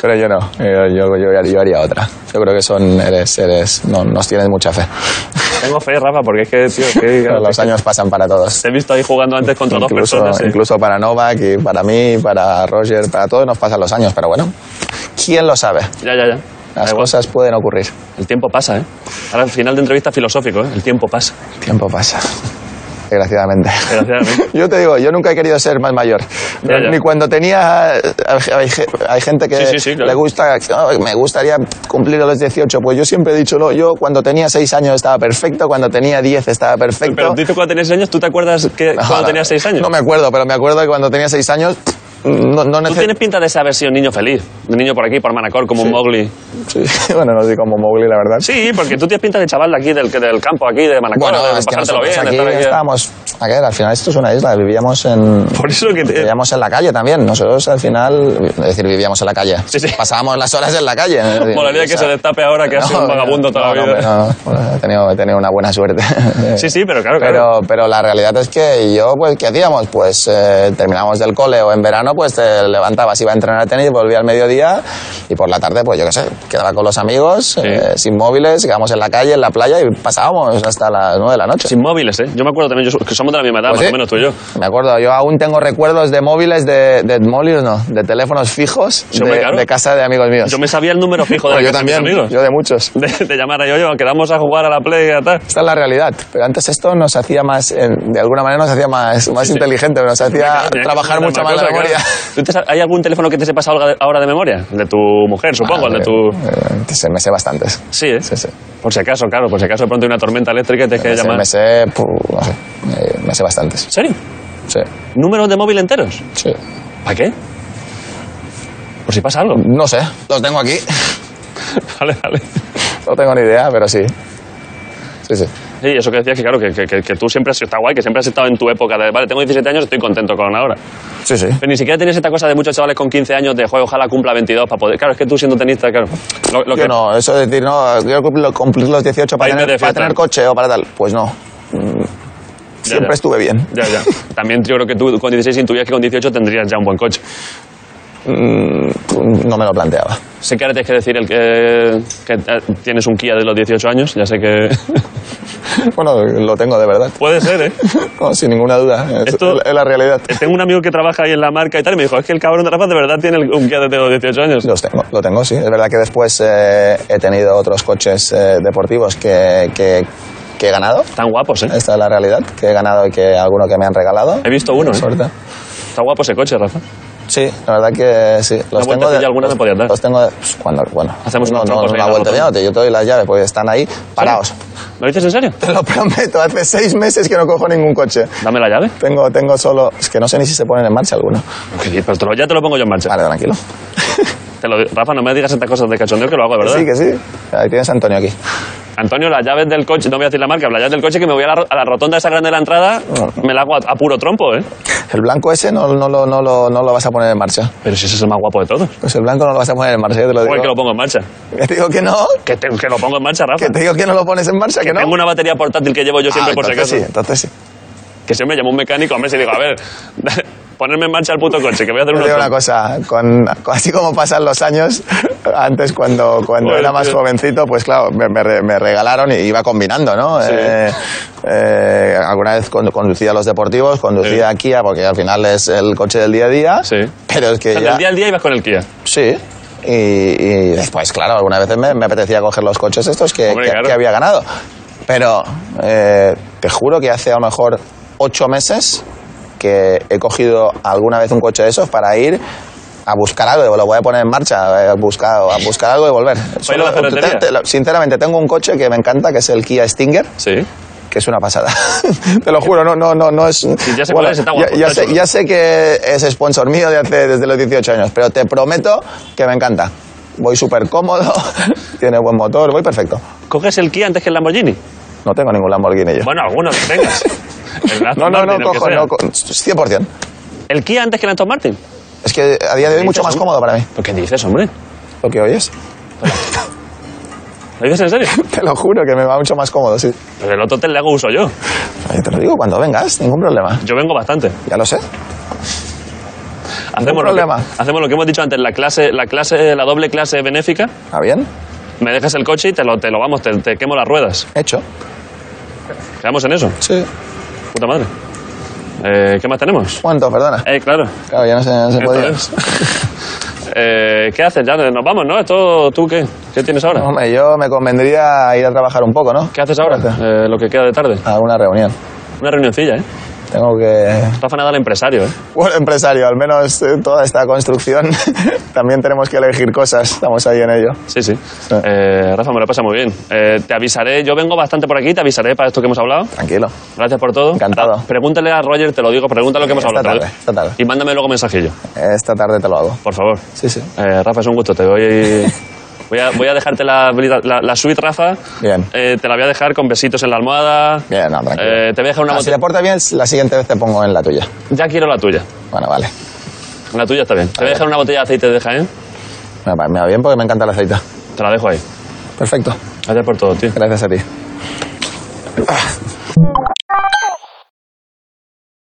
Pero yo no, yo, yo- yo haría- yo haría otra. Yo creo que son, eres, eres, no, nos tienes mucha fe.
[LAUGHS] Tengo fe, Rafa, porque es que, tío, es
[LAUGHS]
que,
Pero los años pasan para todos.
te he visto ahí jugando antes contra dos
Incluso,
personas. sí.
incluso para Novak y para mí, para Roger, para todos nos pasan los años, pero bueno, ¿quién lo sabe?
Ya, ya, ya. Da
Las
igual.
cosas pueden ocurrir.
El tiempo pasa, ¿eh? Ahora, al final de entrevista filosófico, ¿eh? El tiempo pasa.
El tiempo pasa, desgraciadamente.
Desgraciadamente.
[LAUGHS] Yo te digo, yo nunca he querido ser más mayor.
Ya, ya.
Ni cuando tenía... Hay, hay gente que
Sí, sí, sí, claro.
le gusta... "Oh, me gustaría cumplir a los 18. Pues yo siempre he dicho, no, yo cuando tenía 6 años estaba perfecto, cuando tenía 10 estaba perfecto.
Pero dices cuando tenías 6 años, ¿tú te acuerdas que
No,
cuando
no,
tenías 6 años?
No me acuerdo, pero me acuerdo que cuando tenía 6 años mm, no, no
Tú
nece-
tienes pinta de haber sido un niño feliz. Un niño por aquí, por Manacor, como un Mowgli.
[LAUGHS] Sí, bueno, no soy como Mowgli, la verdad.
Sí, porque tú tienes pinta de chaval de aquí, del, del campo aquí, de Manacor,
Bueno,
de
es que
pasártelo
nosotros
bien. de
aquí
estar aquí.
estábamos... A ver, al final esto es una isla, vivíamos en...
Por eso que te...
Vivíamos en la calle también. Nosotros al final, es decir, vivíamos en la calle.
Sí, sí.
Pasábamos las horas en la calle.
Molaría que
O sea,
se destape ahora que ha sido un vagabundo toda
no,
la
no,
vida.
no, no. Bueno, he, tenido, he tenido una buena suerte.
[LAUGHS] Sí, sí, pero claro, claro.
Pero, pero la realidad es que yo, pues, ¿qué hacíamos? Pues eh, terminábamos del cole o en verano, pues te levantabas, iba a entrenar a tenis, volvía al mediodía y por la tarde, pues yo qué sé, quedaba con los amigos, eh, sin móviles, quedábamos en la calle, en la playa y pasábamos hasta las nueve de la noche.
Sin móviles, ¿eh? Yo me acuerdo también, yo- que somos de la misma edad,
Pues
más
sí.
o menos tú y yo.
Me acuerdo, yo aún tengo recuerdos de móviles, de, de móviles no, de teléfonos fijos
Sí, hombre,
de,
claro.
de casa de amigos míos.
Yo me sabía el número fijo de
Bueno,
la
yo
casa de mis
también,
amigos.
yo de muchos.
De, de llamar a yo, yo, quedamos a jugar a la play y tal.
Esta es la realidad. Pero antes esto nos hacía más, eh, de alguna manera nos hacía más, más inteligente, nos hacía
Tenía que
trabajar
aprender
mucho más la
cosa,
memoria.
claro. ¿Tú te sa- ¿Hay algún teléfono que te sepas ahora de- ahora de memoria? El de tu mujer, supongo, el de tu...
Eh, eh, se me sé bastantes.
Sí, ¿eh?
Sí, sí.
Por si acaso, claro, por si acaso de pronto hay una tormenta eléctrica y te
Me
que
sé,
llamar.
me
¿En
sé, pu, no sé, eh, me sé bastantes.
serio?
Sí,
¿Números de móvil enteros?
sí.
¿Para qué? Por si pasa
[LAUGHS]
algo.
No sé, los tengo aquí. [LAUGHS]
Vale, vale.
No tengo ni idea, pero sí. Sí, sí.
Sí, eso que decías, que claro, que, que- que- que tú siempre has sido, está guay, que siempre has estado en tu época de, vale, tengo 17 años, estoy contento con ahora.
Sí, sí.
Pero ni siquiera tienes esta cosa de muchos chavales con 15 años de, joder, ojalá cumpla 22 para poder... Claro, es que tú siendo tenista, claro, lo, lo
Yo
que...
no, eso de decir, no, quiero cumplir- cumplir los
Para
18 para,
irme de
tener, para
fiesta.
tener coche o para tal. Pues no,
Ya,
siempre
ya.
estuve bien.
Ya, ya. También yo creo que tú con 16 intuías que con 18 tendrías ya un buen coche.
Mm, No me lo planteaba. [LAUGHS]
Sé que ahora tienes que decir el que, que, eh, tienes un Kia de los 18 años, ya sé que... [LAUGHS]
Bueno, lo tengo de verdad. [LAUGHS]
Puede ser, ¿eh?
No, sin ninguna duda. Es,
Esto-
es la realidad.
Tengo un amigo que trabaja ahí en la marca y tal, y me dijo, es que el cabrón de Rafa de verdad tiene el- un Kia de los 18 años.
Los tengo, lo tengo, sí. Es verdad que después eh, he tenido otros coches eh, deportivos que, que- que he ganado.
Están guapos, ¿eh?
Esta es la realidad, que he ganado y que alguno que me han regalado.
He visto uno, ¿eh?
Suerte.
Está guapo ese coche, Rafa.
Sí, la verdad que sí. Los tengo
vueltecilla alguna me podías dar.
Los tengo de- pues, cuando, bueno.
Hacemos
no,
unos
no,
trucos
no,
ahí
la
en la
vuelta
moto.
yo te doy las llaves porque están ahí parados.
¿Lo dices en serio?
[LAUGHS] Te lo prometo, hace seis meses que no cojo ningún coche.
Dame la llave.
Tengo, tengo solo. Es que no sé ni si se ponen en marcha alguno.
¿Qué dices? Pero te lo- ya te lo pongo yo en marcha.
Vale, tranquilo.
Te lo- Rafa, no me digas estas cosas de cachondeo que lo hago, de
Que
¿verdad?
sí, que sí. Ahí tienes a Antonio aquí.
Antonio, las llaves del coche, no voy a decir la marca, las llaves del coche que me voy a la, ro- a la rotonda esa grande de la entrada,
Ah.
me la hago a, a puro trompo, ¿eh?
El blanco ese no, no, lo, no, lo, no lo vas a poner en marcha.
Pero si ese es el más guapo de todos.
Pues el blanco no lo vas a poner en marcha, yo te lo digo.
Joder, que lo pongo en marcha.
[LAUGHS] Que te digo que no.
Que, te- que lo pongo en marcha, Rafa.
Que te digo que no lo pones en marcha, que, no.
Tengo una batería portátil que llevo yo siempre
Ah,
por si
entonces
acaso.
sí, entonces sí.
Que siempre llamo a un mecánico a y digo, a ver, [LAUGHS] ponerme en marcha el puto coche, que voy a hacer
Te
unos
digo una
trompos.
cosa, con, con- así como pasan los años, antes cuando, cuando
Joder,
era más
tío.
jovencito, pues claro, me, me re- me regalaron y iba combinando, ¿no? Eh, eh, alguna vez con- conducía los deportivos, conducía Kia, porque al final es el coche del día a día.
Sí.
Pero es que
O sea,
ya...
Del día al día ibas con el Kia.
Sí. Y, y después, claro, algunas veces me, me apetecía coger los coches estos que,
Hombre,
que-
claro.
que había ganado. Pero eh, te juro que hace a lo mejor ocho meses que he cogido alguna vez un coche de esos para ir a buscar algo, lo voy a poner en marcha, eh, a buscar, a buscar algo y volver.
a la ferretería?
te- te- lo- sinceramente, tengo un coche que me encanta, que es el Kia Stinger,
Sí.
que es una pasada. [LAUGHS] te lo juro, no, no, no, no es...
ya sé cuál es, está
ya-
guapo,
ya
está
sé-
chulo.
ya sé que es sponsor mío de hace, desde los 18 años, pero te prometo que me encanta. Voy súper cómodo, [LAUGHS] tiene buen motor, voy perfecto.
¿Coges el Kia antes que el Lamborghini?
No tengo ningún Lamborghini yo.
Bueno, alguno que
[LAUGHS]
tengas. El Aston
no, no,
Martin,
no,
el que
cojo,
sea.
no, co- 100%.
¿El Kia antes que el Aston Martin?
Es que a día de hoy es mucho más cómodo para mí.
¿Pero qué dices, hombre?
¿Lo que oyes?
¿Lo dices en serio?
[LAUGHS] Te lo juro que me va mucho más cómodo, sí.
Pero el otro te le hago uso yo.
Ay, Te lo digo cuando vengas, ningún problema.
Yo vengo bastante.
Ya lo sé.
Hacemos lo, que,
problema.
hacemos lo que hemos dicho antes, la clase, la clase, la doble clase benéfica.
¿Está bien?
Me dejas el coche y te lo, te lo vamos, te, te quemo las ruedas.
Hecho.
Quedamos en eso.
Sí.
Puta madre. Eh, ¿Qué más tenemos?
¿Cuánto? Perdona.
Eh, claro.
Claro, ya no se, no se podía.
Esto es. [LAUGHS] Eh, ¿Qué haces? Ya nos vamos, ¿no? Esto, ¿tú qué? ¿Qué tienes ahora?
[LAUGHS] Hombre, yo me convendría ir a trabajar un poco, ¿no?
¿Qué haces ahora?
Espérate.
Eh, lo que queda de tarde.
A una reunión.
Una reunioncilla, ¿eh?
Tengo que... [LAUGHS]
Rafa Nadal empresario, ¿eh?
Bueno, empresario, al menos eh, toda esta construcción [LAUGHS] también tenemos que elegir cosas. Estamos ahí en ello.
Sí, sí. Eh, Rafa, me lo pasa muy bien. Eh, te avisaré, yo vengo bastante por aquí, te avisaré para esto que hemos hablado.
Tranquilo.
Gracias por todo.
Encantado.
Ra- Pregúntale a Roger, te lo digo, pregúntale lo que hemos
Esta
hablado.
tarde, esta tarde.
Y mándame luego mensajillo,
Esta tarde te lo hago.
por favor.
Sí, sí.
Eh, Rafa, es un gusto, te
[LAUGHS]
voy... Voy a, voy a dejarte la, habilidad- la, la suite, Rafa.
Bien.
Eh, te la voy a dejar con besitos en la almohada.
Bien, no, tranquilo.
Eh, te voy a dejar una
Ah, si te
botella.
portas bien, la siguiente vez te pongo en la tuya.
Ya quiero la tuya.
Bueno, vale.
La tuya está bien. Te voy a dejar una botella de aceite de Jaén.
Me va- me va bien porque me encanta la aceita.
Te la dejo ahí.
Perfecto.
Gracias por todo, tío.
Gracias a ti.